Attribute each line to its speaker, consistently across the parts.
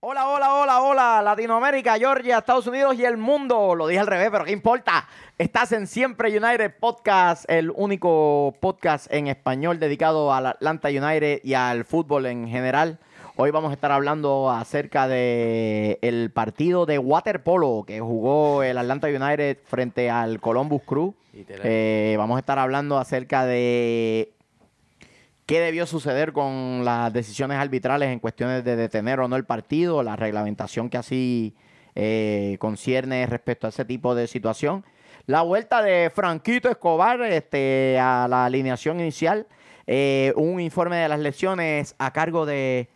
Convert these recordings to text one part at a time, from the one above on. Speaker 1: Hola, hola, hola, hola, Latinoamérica, Georgia, Estados Unidos y el mundo. Lo dije al revés, pero ¿qué importa? Estás en Siempre United Podcast, el único podcast en español dedicado al Atlanta United y al fútbol en general. Hoy vamos a estar hablando acerca de el partido de waterpolo que jugó el Atlanta United frente al Columbus Crew.
Speaker 2: Literal.
Speaker 1: Eh, vamos a estar hablando acerca de qué debió suceder con las decisiones arbitrales en cuestiones de detener o no el partido, la reglamentación que así eh, concierne respecto a ese tipo de situación. La vuelta de Franquito Escobar este, a la alineación inicial, eh, un informe de las lesiones a cargo de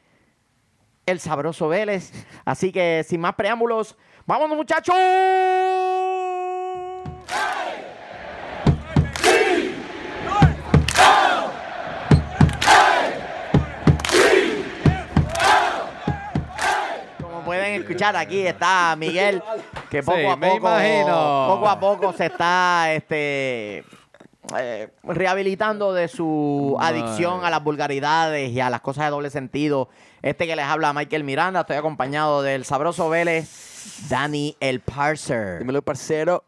Speaker 1: El Sabroso Vélez. Así que sin más preámbulos, vámonos muchachos. Como pueden escuchar aquí está Miguel que poco
Speaker 2: Sí,
Speaker 1: a
Speaker 2: me
Speaker 1: poco
Speaker 2: imagino.
Speaker 1: poco a poco se está este eh, rehabilitando de su
Speaker 2: Madre.
Speaker 1: adicción a las vulgaridades y a las cosas de doble sentido. Este que les habla Michael Miranda, estoy acompañado del sabroso Vélez, Dani el Parser.
Speaker 2: Dímelo, parcero.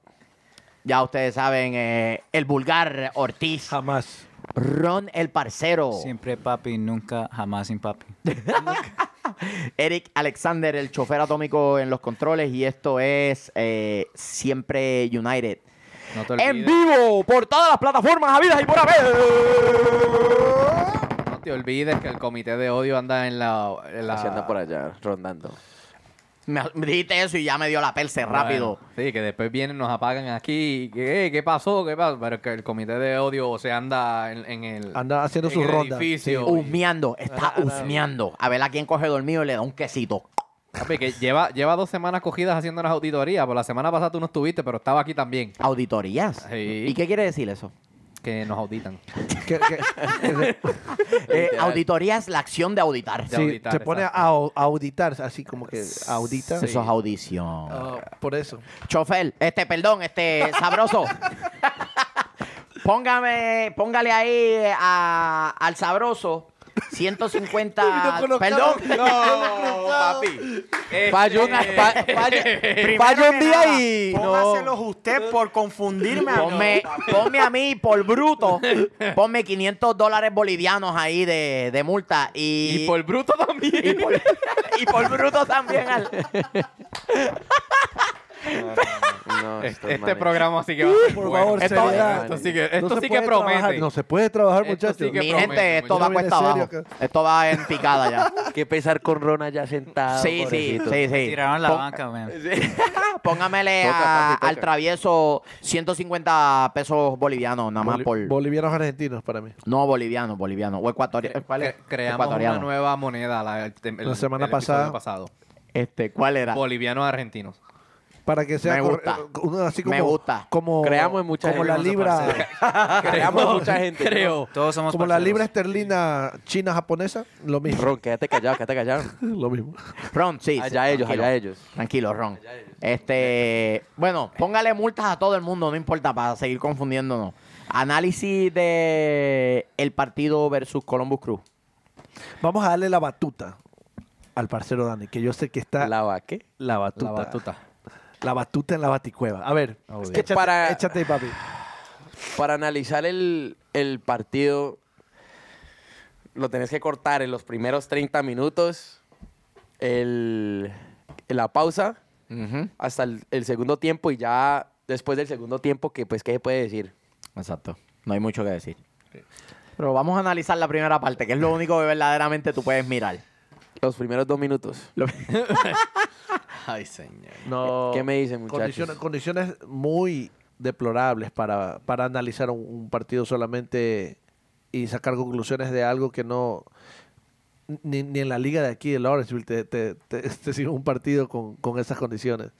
Speaker 1: Ya ustedes saben, eh, el vulgar Ortiz,
Speaker 3: Jamás.
Speaker 1: Ron el Parcero,
Speaker 2: Oh.
Speaker 4: Siempre papi, nunca, jamás sin papi.
Speaker 1: Eric Alexander, el chofer atómico en los controles, y esto es eh, Siempre United.
Speaker 4: No te
Speaker 1: En
Speaker 4: olvides,
Speaker 1: vivo, por todas las plataformas habidas y por haber.
Speaker 4: no te olvides que el comité de odio anda en la... en la-
Speaker 2: Así
Speaker 1: Ah.
Speaker 2: anda por allá, rondando.
Speaker 1: Me, me dijiste eso y ya me dio la perse rápido.
Speaker 4: Bueno, sí, que después vienen, nos apagan aquí. y que, "Eh, ¿Qué pasó? ¿Qué pasó? Pero es que el comité de odio o se anda en, en el...
Speaker 3: Anda haciendo
Speaker 4: en
Speaker 3: sus
Speaker 4: el
Speaker 3: rondas.
Speaker 4: edificio.
Speaker 1: Husmeando, está husmeando. A ver a quién coge dormido y le da un quesito.
Speaker 4: Papi, que lleva, lleva dos semanas cogidas haciendo las auditorías. Por la semana pasada tú no estuviste, pero estaba aquí también.
Speaker 1: Auditorías.
Speaker 4: Sí.
Speaker 1: ¿Y qué quiere decir eso?
Speaker 4: Que nos auditan.
Speaker 3: Que- que-
Speaker 1: Eh, auditoría es la acción de auditar.
Speaker 4: Ya.
Speaker 3: sí,
Speaker 4: auditar,
Speaker 3: se pone a, au- a auditar, así como que audita.
Speaker 1: Eso es audición.
Speaker 3: Ah, por eso.
Speaker 1: Chofer, este, perdón, este, sabroso. Póngame, póngale ahí eh, a- al sabroso 150. perdón. Eh,
Speaker 2: No, papi.
Speaker 1: Falló una-
Speaker 2: eh,
Speaker 1: fa-
Speaker 5: Primero
Speaker 1: Falló un
Speaker 5: que
Speaker 1: día
Speaker 5: nada,
Speaker 1: y-
Speaker 5: Póngaselos usted por confundirme a mí.
Speaker 1: Ponme, ponme a mí por bruto, ponme 500 dólares bolivianos ahí de, de multa y,
Speaker 4: Y por bruto también.
Speaker 1: y por- y por bruto también. al-
Speaker 2: No,
Speaker 1: eh,
Speaker 4: Este,
Speaker 2: estos manes.
Speaker 4: programa sí que va a ser
Speaker 3: Por
Speaker 4: bueno.
Speaker 3: favor,
Speaker 4: esto,
Speaker 3: seriedad.
Speaker 4: esto sí que,
Speaker 3: No
Speaker 4: esto
Speaker 3: se
Speaker 4: sí que
Speaker 3: puede
Speaker 4: promete.
Speaker 3: trabajar, No se puede trabajar,
Speaker 4: Esto sí
Speaker 3: muchachos.
Speaker 1: Mi
Speaker 4: que promete,
Speaker 1: gente, esto
Speaker 4: muchachos.
Speaker 1: va
Speaker 3: Yo
Speaker 1: cuesta
Speaker 3: vine serio
Speaker 1: abajo. Esto va en picada ya.
Speaker 2: Qué pesar con Rona ya
Speaker 3: Ah,
Speaker 2: sentado.
Speaker 1: Sí, sí,
Speaker 2: pobrecito.
Speaker 1: sí, sí.
Speaker 4: Tiraron la
Speaker 2: Oh.
Speaker 1: Pon-
Speaker 4: banca, man.
Speaker 1: Póngamele
Speaker 2: Toca,
Speaker 1: a-
Speaker 2: papi, toca.
Speaker 1: al travieso 150 pesos bolivianos, nada más
Speaker 3: Boli-
Speaker 1: por...
Speaker 3: Bolivianos argentinos para mí.
Speaker 1: no, bolivianos, bolivianos. O ecuatoriano. ¿Cuál es?
Speaker 4: Cre- creamos
Speaker 1: Ecuatoriano.
Speaker 4: una nueva moneda la, el- el-
Speaker 3: La semana
Speaker 4: el episodio
Speaker 3: pasada.
Speaker 4: pasado.
Speaker 1: Este, ¿Cuál era?
Speaker 4: Bolivianos argentinos.
Speaker 3: Para que sea
Speaker 1: Me
Speaker 3: cor-
Speaker 1: gusta.
Speaker 3: eh, uno así como,
Speaker 1: Me gusta.
Speaker 3: como
Speaker 2: Creamos en mucha
Speaker 3: como
Speaker 2: gente,
Speaker 3: la
Speaker 2: no se
Speaker 3: libra,
Speaker 2: Creamos mucha gente.
Speaker 4: Creo.
Speaker 5: Todos somos
Speaker 3: como la
Speaker 5: parceros.
Speaker 3: libra esterlina china japonesa, lo mismo,
Speaker 2: Ron, quédate callado, quédate callado.
Speaker 3: lo mismo.
Speaker 1: Ron, sí. sí,
Speaker 2: Allá ellos,
Speaker 1: tranquilo.
Speaker 2: allá ellos.
Speaker 1: Tranquilo, Ron. Este, bueno, póngale multas a todo el mundo, no importa, para seguir confundiéndonos. Análisis de el partido versus Columbus Cruz.
Speaker 3: Vamos a darle la batuta al parcero Dani, que yo sé que
Speaker 1: Ah.
Speaker 3: está la,
Speaker 2: ¿La va qué?
Speaker 3: batuta,
Speaker 4: La batuta.
Speaker 3: La batuta en la baticueva. A ver,
Speaker 4: Oh,
Speaker 3: es
Speaker 4: Dios.
Speaker 3: que échate,
Speaker 2: Para-
Speaker 3: échate ahí, papi.
Speaker 2: Para analizar el, el partido, lo tenés que cortar en los primeros 30 minutos, el, la pausa, hasta el, el segundo tiempo y ya después del segundo tiempo, que pues, ¿qué se puede decir?
Speaker 1: Exacto. No hay mucho que decir. Pero vamos a analizar la primera parte, que es lo único que verdaderamente tú puedes mirar.
Speaker 2: Los primeros dos minutos.
Speaker 4: Ay, señor.
Speaker 3: No.
Speaker 2: ¿Qué me dicen, muchachos?
Speaker 3: Condiciones, condiciones muy deplorables para, para analizar un, un partido solamente y sacar conclusiones de algo que no. Ni, ni en la liga de aquí de Lawrenceville te, te, te- te sigue un partido con, con esas condiciones.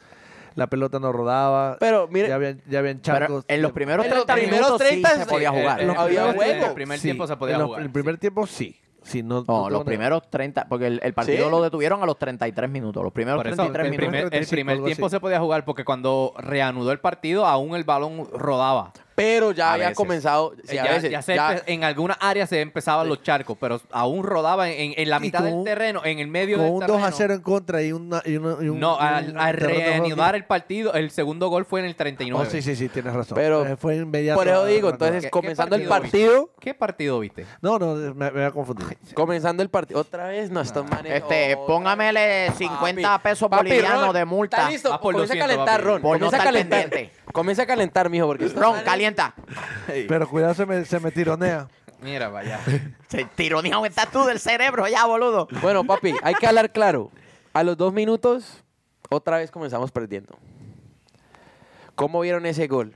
Speaker 3: La pelota no rodaba.
Speaker 2: Pero, mire-
Speaker 3: Ya habían, ya habían
Speaker 1: Pero
Speaker 3: charcos.
Speaker 1: en los primeros
Speaker 2: En los
Speaker 1: 30
Speaker 2: primeros
Speaker 1: minutos sí
Speaker 2: 30
Speaker 1: se podía
Speaker 4: sí,
Speaker 1: jugar.
Speaker 4: eh,
Speaker 1: Los
Speaker 4: eh,
Speaker 2: había
Speaker 1: primeros-
Speaker 2: juego.
Speaker 4: En el primer
Speaker 3: Sí,
Speaker 4: tiempo se podía
Speaker 3: en los-
Speaker 4: jugar.
Speaker 3: En el primer tiempo sí. Sí, no,
Speaker 1: No,
Speaker 3: no
Speaker 1: los
Speaker 3: tengo-
Speaker 1: primeros 30, porque el, el partido
Speaker 2: ¿Sí?
Speaker 1: lo detuvieron a los 33 minutos. Los primeros
Speaker 4: Por eso,
Speaker 1: 33
Speaker 4: el
Speaker 1: minutos.
Speaker 4: primer, el
Speaker 3: 35,
Speaker 4: primer
Speaker 3: algo
Speaker 4: tiempo
Speaker 3: así.
Speaker 4: se podía jugar porque cuando reanudó el partido, aún el balón rodaba.
Speaker 2: Pero ya
Speaker 4: A
Speaker 2: había
Speaker 4: veces.
Speaker 1: Eh,
Speaker 2: comenzado. sí, a
Speaker 4: ya,
Speaker 2: veces,
Speaker 4: ya se
Speaker 2: ya-
Speaker 4: empe- en algunas áreas se empezaban los charcos, pero aún rodaba en, en la
Speaker 3: Y
Speaker 4: mitad
Speaker 3: con
Speaker 4: del
Speaker 3: un-
Speaker 4: terreno, en el medio
Speaker 3: Con
Speaker 4: del
Speaker 3: un 2
Speaker 4: terreno.
Speaker 3: a 0 en contra y, una, y, una- y un.
Speaker 4: No, al, al reanudar
Speaker 3: reanudar
Speaker 4: el partido, el segundo gol fue en el 39.
Speaker 3: Oh, sí, sí, sí, tienes razón.
Speaker 2: Pero-
Speaker 3: Eh, fue inmediato.
Speaker 2: Por eso
Speaker 3: a-
Speaker 2: digo,
Speaker 3: a-
Speaker 2: entonces,
Speaker 4: ¿Qué- qué
Speaker 2: comenzando el
Speaker 4: partido
Speaker 2: partido.
Speaker 4: ¿Qué partido viste?
Speaker 3: No, no, me, me voy a confundir.
Speaker 2: Comenzando el partido. Otra vez, no, estos manes.
Speaker 1: Este,
Speaker 2: otra
Speaker 1: póngamele
Speaker 2: vez.
Speaker 1: 50
Speaker 2: Papi,
Speaker 1: pesos
Speaker 2: papi,
Speaker 1: bolivianos
Speaker 2: Ron,
Speaker 1: de multa.
Speaker 2: Está listo.
Speaker 4: Ah, por
Speaker 2: comienza a
Speaker 4: 200,
Speaker 2: calentar,
Speaker 4: papi.
Speaker 1: Por
Speaker 2: Ron.
Speaker 1: no
Speaker 2: comienza a
Speaker 1: estar
Speaker 2: calentar.
Speaker 1: pendiente.
Speaker 2: Comienza a calentar, mijo, porque estos
Speaker 1: Ron,
Speaker 2: manes-
Speaker 1: calienta.
Speaker 3: Pero cuidado, se me, se me tironea.
Speaker 4: Mira, vaya.
Speaker 1: Se tironeado estás tú del cerebro ya, boludo.
Speaker 2: Bueno, papi, hay que hablar claro. A los dos minutos, otra vez comenzamos perdiendo. ¿Cómo vieron ese gol?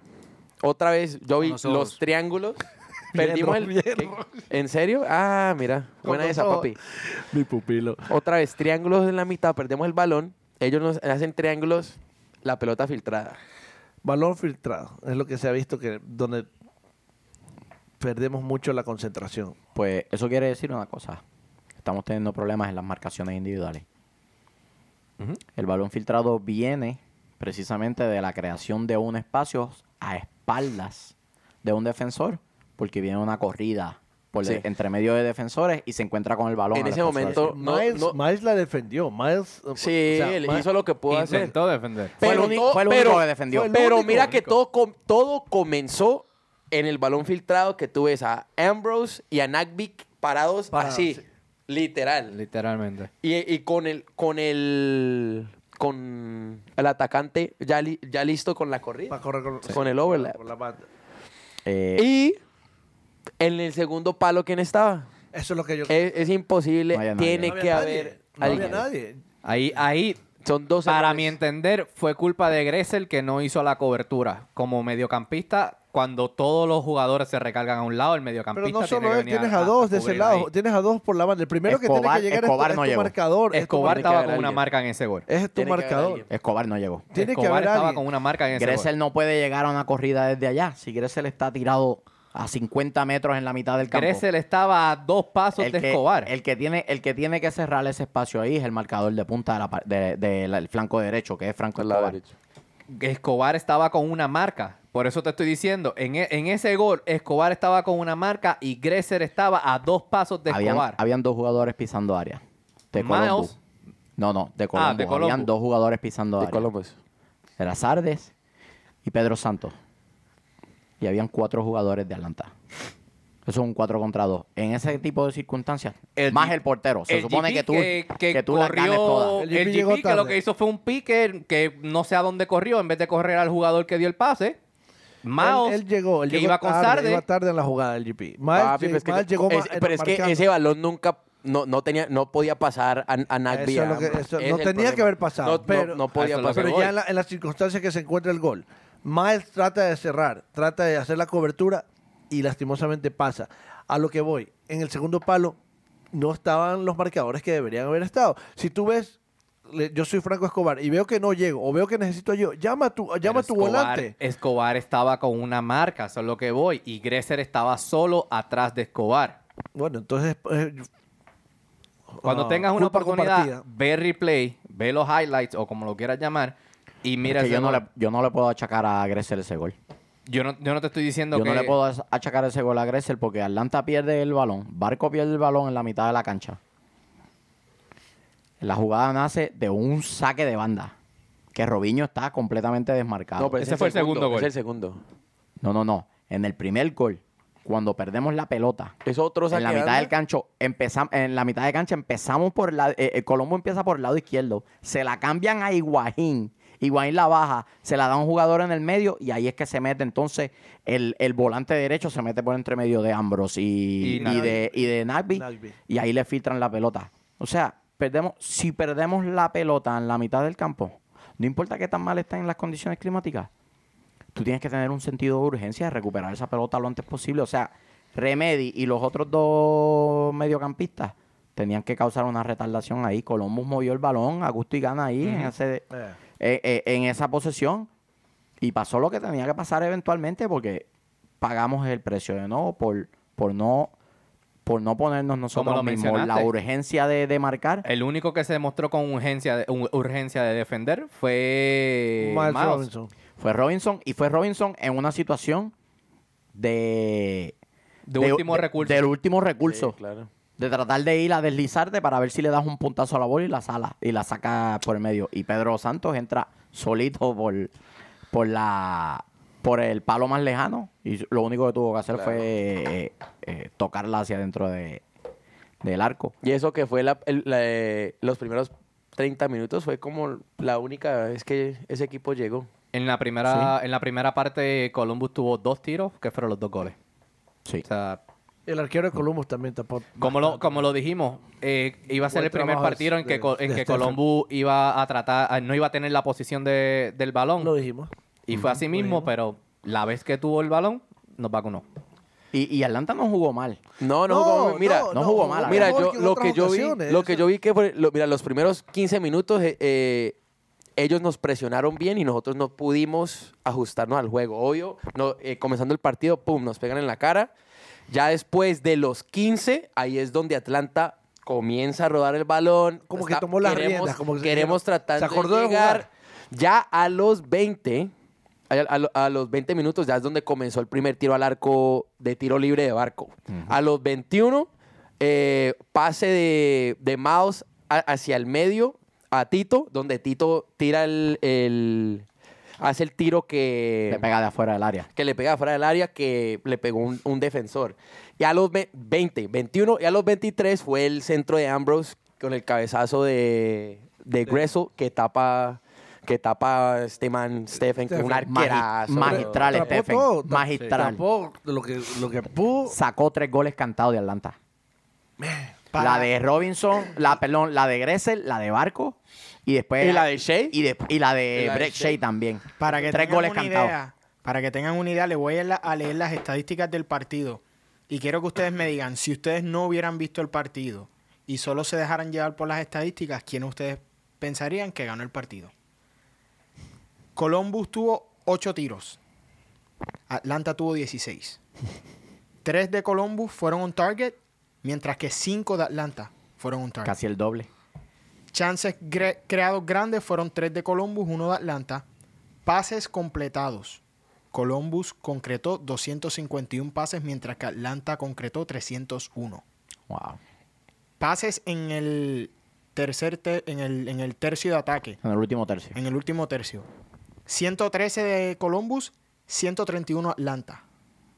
Speaker 2: Otra vez, yo vi
Speaker 4: los
Speaker 2: los,
Speaker 4: ojos.
Speaker 2: triángulos.
Speaker 3: Bien,
Speaker 2: Perdimos el.
Speaker 3: Ron, bien,
Speaker 2: ¿qué? ¿En serio? Ah, mira.
Speaker 3: Con
Speaker 2: Buena
Speaker 3: los
Speaker 2: esa,
Speaker 3: ojos.
Speaker 2: papi.
Speaker 3: Mi pupilo.
Speaker 2: Otra vez, triángulos en la mitad, perdemos el balón. Ellos nos hacen triángulos, la pelota filtrada.
Speaker 3: Balón filtrado. Es lo que se ha visto que donde perdemos mucho la concentración.
Speaker 1: Pues eso quiere decir una cosa. Estamos teniendo problemas en las marcaciones individuales. El balón filtrado viene precisamente de la creación de un espacio a espaldas de un defensor, porque viene una corrida por de-
Speaker 2: Sí.
Speaker 1: entre medio de defensores y se encuentra con el balón.
Speaker 2: En
Speaker 1: al
Speaker 2: ese
Speaker 1: espacio de-
Speaker 2: momento- No,
Speaker 3: Miles,
Speaker 2: no.
Speaker 3: Miles la defendió. Miles. o
Speaker 2: Sí,
Speaker 3: sea,
Speaker 2: él
Speaker 3: Miles-
Speaker 2: hizo lo que pudo hacer.
Speaker 4: Intentó defender.
Speaker 1: Fue el
Speaker 2: Pero
Speaker 1: único-
Speaker 2: todo-
Speaker 1: fue el único que defendió.
Speaker 3: fue el
Speaker 2: Pero
Speaker 3: único,
Speaker 2: mira
Speaker 3: el
Speaker 2: que
Speaker 3: único.
Speaker 2: todo, com- todo comenzó en el balón filtrado que tú ves a Ambrose y a Nagbic parados
Speaker 3: Parados,
Speaker 2: así,
Speaker 3: sí.
Speaker 2: literal.
Speaker 4: Literalmente.
Speaker 2: Y, y con el con el con el atacante ya, li- ya listo con la
Speaker 3: Para
Speaker 2: corrida.
Speaker 3: correr con,
Speaker 2: Con el overlap.
Speaker 3: con la banda.
Speaker 1: Eh,
Speaker 2: Y en el segundo palo quién estaba?
Speaker 3: Eso es lo que yo.
Speaker 2: Es, es imposible,
Speaker 1: No había nadie.
Speaker 2: tiene
Speaker 3: No había
Speaker 2: que
Speaker 3: nadie,
Speaker 2: haber
Speaker 3: No
Speaker 2: alguien.
Speaker 3: había nadie.
Speaker 4: Ahí, ahí,
Speaker 2: Son dos
Speaker 4: para
Speaker 2: errores.
Speaker 4: mi entender, fue culpa de Gressel que no hizo la cobertura. Como mediocampista, cuando todos los jugadores se recargan a un lado, el mediocampista
Speaker 3: Pero no
Speaker 4: tiene
Speaker 3: solo
Speaker 4: que
Speaker 3: él,
Speaker 4: venir
Speaker 3: tienes
Speaker 4: a-
Speaker 3: a dos de ese
Speaker 4: cubrir
Speaker 3: lado.
Speaker 4: ahí.
Speaker 3: Tienes a dos por la banda. El primero que tiene
Speaker 1: Escobar-
Speaker 3: que llegar es tu-
Speaker 1: Escobar
Speaker 3: es tu,
Speaker 1: no llegó.
Speaker 3: marcador. es tu
Speaker 4: Escobar
Speaker 2: tiene que
Speaker 4: estaba
Speaker 2: haber
Speaker 4: con una
Speaker 2: alguien.
Speaker 4: marca en ese gol.
Speaker 3: Es tu
Speaker 2: Tiene que haber
Speaker 3: marcador.
Speaker 2: alguien.
Speaker 1: Escobar no llegó.
Speaker 3: Eh, Tiene que
Speaker 4: Escobar
Speaker 3: haber
Speaker 4: estaba
Speaker 3: alguien.
Speaker 4: con una marca en ese gol.
Speaker 1: Gressel no puede llegar a una corrida desde allá. Si Gressel está tirado a 50 metros en la mitad del campo.
Speaker 4: Gressel estaba a dos pasos
Speaker 1: el
Speaker 4: de
Speaker 1: que,
Speaker 4: Escobar.
Speaker 1: El que, tiene, el que tiene que cerrar ese espacio ahí es el marcador de punta del de, de la- el flanco derecho, que es Franco
Speaker 2: Al lado
Speaker 1: Escobar.
Speaker 2: derecho.
Speaker 4: Escobar estaba con una marca. Por eso te estoy diciendo, en, e- en ese gol, Escobar estaba con una marca y Gresser estaba a dos pasos de
Speaker 1: Habían,
Speaker 4: Escobar.
Speaker 1: habían dos jugadores pisando área. De
Speaker 4: Miles.
Speaker 1: Columbus. No, no, de Columbus.
Speaker 4: Ah, de Columbus.
Speaker 1: Habían dos jugadores pisando
Speaker 2: De
Speaker 1: área.
Speaker 2: Columbus.
Speaker 1: Era Sardes y Pedro Santos. Y habían cuatro jugadores de Atlanta. Eso es un 4 contra 2. En ese tipo de circunstancias,
Speaker 4: El
Speaker 1: más
Speaker 4: G-
Speaker 1: el portero. Se
Speaker 4: El
Speaker 1: supone
Speaker 4: GP
Speaker 1: que tú,
Speaker 4: que
Speaker 1: que tú las ganes
Speaker 4: corrió-
Speaker 1: todas.
Speaker 3: El
Speaker 4: El,
Speaker 3: GP llegó
Speaker 4: GP que lo
Speaker 3: tarde.
Speaker 4: que hizo fue un pique que no sé a dónde corrió, en vez de correr al jugador que dio el pase. Miles,
Speaker 3: él, él llegó, él
Speaker 4: que
Speaker 3: llegó
Speaker 4: iba con
Speaker 3: tarde,
Speaker 4: Sardes.
Speaker 3: iba tarde en la jugada del GP. Miles,
Speaker 2: Papi,
Speaker 3: lleg-
Speaker 2: pero es que,
Speaker 3: Miles llegó
Speaker 2: es-
Speaker 3: ma-
Speaker 2: pero es que
Speaker 3: marcando.
Speaker 2: ese balón nunca no, no tenía no podía pasar a, a Nagby.
Speaker 3: Eso es
Speaker 2: a-
Speaker 3: lo que- eso
Speaker 2: ese
Speaker 3: no
Speaker 2: es el
Speaker 3: tenía
Speaker 2: problema.
Speaker 3: que haber pasado,
Speaker 2: No, no-
Speaker 3: pero-
Speaker 2: no podía
Speaker 4: Eso es lo
Speaker 2: pasar.
Speaker 4: que
Speaker 3: Pero
Speaker 2: gol.
Speaker 3: ya en, la- en las circunstancias que se encuentra el gol, Miles trata de cerrar, trata de hacer la cobertura y lastimosamente pasa. A lo que voy, en el segundo palo no estaban los marcadores que deberían haber estado. Si tú ves, le- yo soy Franco Escobar y veo que no llego o veo que necesito yo, llama a tu, llama a tu
Speaker 4: Pero Escobar-
Speaker 3: volante.
Speaker 4: Escobar estaba con una marca, eso es lo que voy. Y Gresser estaba solo atrás de Escobar.
Speaker 3: Bueno, entonces... eh, yo-
Speaker 4: Cuando
Speaker 3: ah,
Speaker 4: tengas una
Speaker 3: culpa
Speaker 4: oportunidad,
Speaker 3: compartida.
Speaker 4: ve replay, ve los highlights o como lo quieras llamar y mira.
Speaker 1: Es que
Speaker 4: ese
Speaker 1: yo, no
Speaker 4: gol.
Speaker 1: le, yo no le puedo achacar a Gressel ese gol.
Speaker 4: Yo no, yo no te estoy diciendo
Speaker 1: Yo
Speaker 4: que...
Speaker 1: no le puedo as- achacar ese gol a Gressel porque Atlanta pierde el balón. Barco pierde el balón en la mitad de la cancha. La jugada nace de un saque de banda. Que Robinho está completamente desmarcado.
Speaker 2: No, Ah, pero
Speaker 4: Ese fue el segundo gol.
Speaker 2: Es el segundo.
Speaker 1: no, no, no. En el primer gol, cuando perdemos la pelota,
Speaker 2: Es otro
Speaker 1: en la
Speaker 2: saque
Speaker 1: mitad
Speaker 2: de
Speaker 1: del cancho, empezam- en la mitad de cancha empezamos por la eh, eh, Colombo empieza por el lado izquierdo, se la cambian a Higuaín, Higuaín la baja, se la da un jugador en el medio y ahí es que se mete entonces el, el volante derecho se mete por entre medio de Ambrose
Speaker 4: Y
Speaker 1: y, y
Speaker 4: Nagby.
Speaker 1: de y de Nagby,
Speaker 3: Nagby.
Speaker 1: y ahí le filtran la pelota. O sea, perdemos si perdemos la pelota en la mitad del campo, no importa qué tan mal estén las condiciones climáticas, tú tienes que tener un sentido de urgencia de recuperar esa pelota lo antes posible. O sea, Remedy y los otros dos mediocampistas tenían que causar una retardación ahí. Columbus movió el balón a gusto y gana ahí en, ese-
Speaker 3: Eh.
Speaker 1: eh, eh, en esa posesión. Y pasó lo que tenía que pasar eventualmente porque pagamos el precio de nuevo por, por no por no ponernos
Speaker 4: lo
Speaker 1: nosotros mismos la
Speaker 4: mencionaste. Eh.
Speaker 1: urgencia de, de marcar.
Speaker 4: El único que se demostró con urgencia de, un- urgencia de defender fue
Speaker 3: Miles
Speaker 4: Miles.
Speaker 3: Robinson.
Speaker 1: Fue Robinson y fue Robinson en una situación de,
Speaker 4: De último recurso.
Speaker 1: Del último recurso.
Speaker 2: Sí, claro.
Speaker 1: De tratar de ir a deslizarte para ver si le das un puntazo a la bola y la sala y la saca por el medio. Y Pedro Santos entra solito por, por la por el palo más lejano. Y lo único que tuvo que hacer
Speaker 2: Claro.
Speaker 1: fue eh, eh, tocarla hacia adentro de, del arco.
Speaker 2: Y eso que fue la- el- la, eh, los primeros 30 minutos fue como la única vez que ese equipo llegó.
Speaker 4: En la primera, en la primera parte, Columbus tuvo dos tiros que fueron los dos goles.
Speaker 1: Sí.
Speaker 4: O sea,
Speaker 3: El arquero de Columbus también tapó.
Speaker 4: como lo, como lo dijimos, eh, iba a ser
Speaker 3: Buen
Speaker 4: el primer
Speaker 3: trabajo de-
Speaker 4: partido en que,
Speaker 3: de-
Speaker 4: co- en
Speaker 3: de
Speaker 4: que
Speaker 3: Stephen.
Speaker 4: Columbus iba a tratar, ah, no iba a tener la posición de- del balón.
Speaker 3: Lo dijimos.
Speaker 4: Y fue así mismo, pero la vez que tuvo el balón, nos vacunó.
Speaker 1: Y, y Atlanta no jugó mal.
Speaker 2: No, no,
Speaker 3: No,
Speaker 2: jugó. Mira,
Speaker 1: no jugó mal. ¿eh?
Speaker 3: mejor
Speaker 2: Mira,
Speaker 3: que
Speaker 2: yo,
Speaker 3: en
Speaker 2: lo
Speaker 3: otras
Speaker 2: que yo vi,
Speaker 3: ocasiones.
Speaker 2: lo que yo vi que fue, lo- mira, los primeros 15 minutos eh, eh, ellos nos presionaron bien y nosotros no pudimos ajustarnos al juego. Obvio, no, eh, comenzando el partido, pum, nos pegan en la cara. Ya después de los 15, ahí es donde Atlanta comienza a rodar el balón.
Speaker 3: Como que tomó las riendas, como que se
Speaker 2: queremos
Speaker 3: dijeron,
Speaker 2: tratar
Speaker 3: se acordó
Speaker 2: de
Speaker 3: de
Speaker 2: llegar.
Speaker 3: jugar.
Speaker 2: Ya a los 20, a, a lo- a los 20 minutos ya es donde comenzó el primer tiro al arco de tiro libre de Barco. A los 21, eh, pase de, de Maus a- hacia el medio a Tito, donde Tito tira el... el- hace el tiro que
Speaker 1: Le pega de afuera del área.
Speaker 2: que le pega fuera del área que le pegó un, un defensor. Y a los ve- 20, 21 y a los 23 fue el centro de Ambrose con el cabezazo de, de Gressel que tapa que tapa este man Stephen con un
Speaker 1: Magi-
Speaker 2: arquerazo.
Speaker 1: magistral,
Speaker 3: Tapó
Speaker 1: Stephen.
Speaker 3: todo, tap-
Speaker 1: magistral.
Speaker 3: Tapó lo que, lo que pudo.
Speaker 1: Sacó tres goles cantados de Atlanta.
Speaker 3: para-
Speaker 1: La de Robinson, la, perdón, la de Gressel, la de Barco. Y después.
Speaker 2: ¿Y la de Shea?
Speaker 1: Y, de- y la de
Speaker 2: Y la de
Speaker 1: Brett
Speaker 2: Shea.
Speaker 1: Shea también.
Speaker 5: Para que
Speaker 1: tres
Speaker 5: tengan
Speaker 1: goles
Speaker 5: una
Speaker 1: cantados.
Speaker 5: idea, para que tengan una idea, le voy a, la- a leer las estadísticas del partido. Y quiero que ustedes me digan, si ustedes no hubieran visto el partido y solo se dejaran llevar por las estadísticas, ¿quién ustedes pensarían que ganó el partido? Columbus tuvo 8 tiros. Atlanta tuvo 16. 3 de Columbus fueron on target, mientras que 5 de Atlanta fueron on target.
Speaker 1: Casi el doble.
Speaker 5: Chances gre- creados grandes fueron 3 de Columbus, 1 de Atlanta. Pases completados. Columbus concretó 251 pases, mientras que Atlanta concretó 301.
Speaker 1: Wow.
Speaker 5: Pases en el tercer te- en, el, en el tercio de ataque,
Speaker 1: En el último tercio.
Speaker 5: en el último tercio. 113 de Columbus, 131 Atlanta.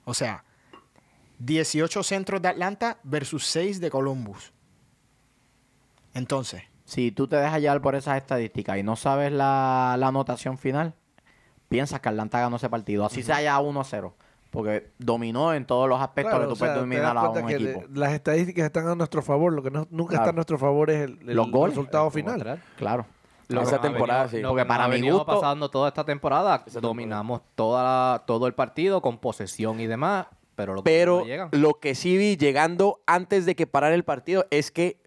Speaker 5: O sea, 18 centros de Atlanta versus 6 de Columbus. Entonces,
Speaker 1: Si tú te dejas llevar por esas estadísticas y no sabes la, la anotación final, piensas que Atlanta ganó ese partido. Así se haya 1-0. Porque dominó en todos los aspectos que
Speaker 3: Claro, o
Speaker 1: tú puedes
Speaker 3: sea, te das
Speaker 1: dominar a
Speaker 3: cuenta
Speaker 1: un
Speaker 3: que le-
Speaker 1: equipo.
Speaker 3: las estadísticas están a nuestro favor. Lo que no- nunca
Speaker 1: Claro.
Speaker 3: está a nuestro favor es el, el
Speaker 1: Los goles.
Speaker 3: resultado
Speaker 4: Lo
Speaker 3: final.
Speaker 1: Claro.
Speaker 4: que
Speaker 2: Esa
Speaker 4: nos
Speaker 2: temporada,
Speaker 4: ha
Speaker 2: sí.
Speaker 4: lo
Speaker 1: Porque
Speaker 4: que nos
Speaker 1: para
Speaker 4: ha
Speaker 1: mi
Speaker 4: venido
Speaker 1: gusto-
Speaker 4: pasando toda esta temporada, dominamos toda la- todo el partido con posesión y demás, pero los goles
Speaker 2: Pero
Speaker 4: no llegan.
Speaker 2: lo que sí vi llegando antes de que parara el partido es que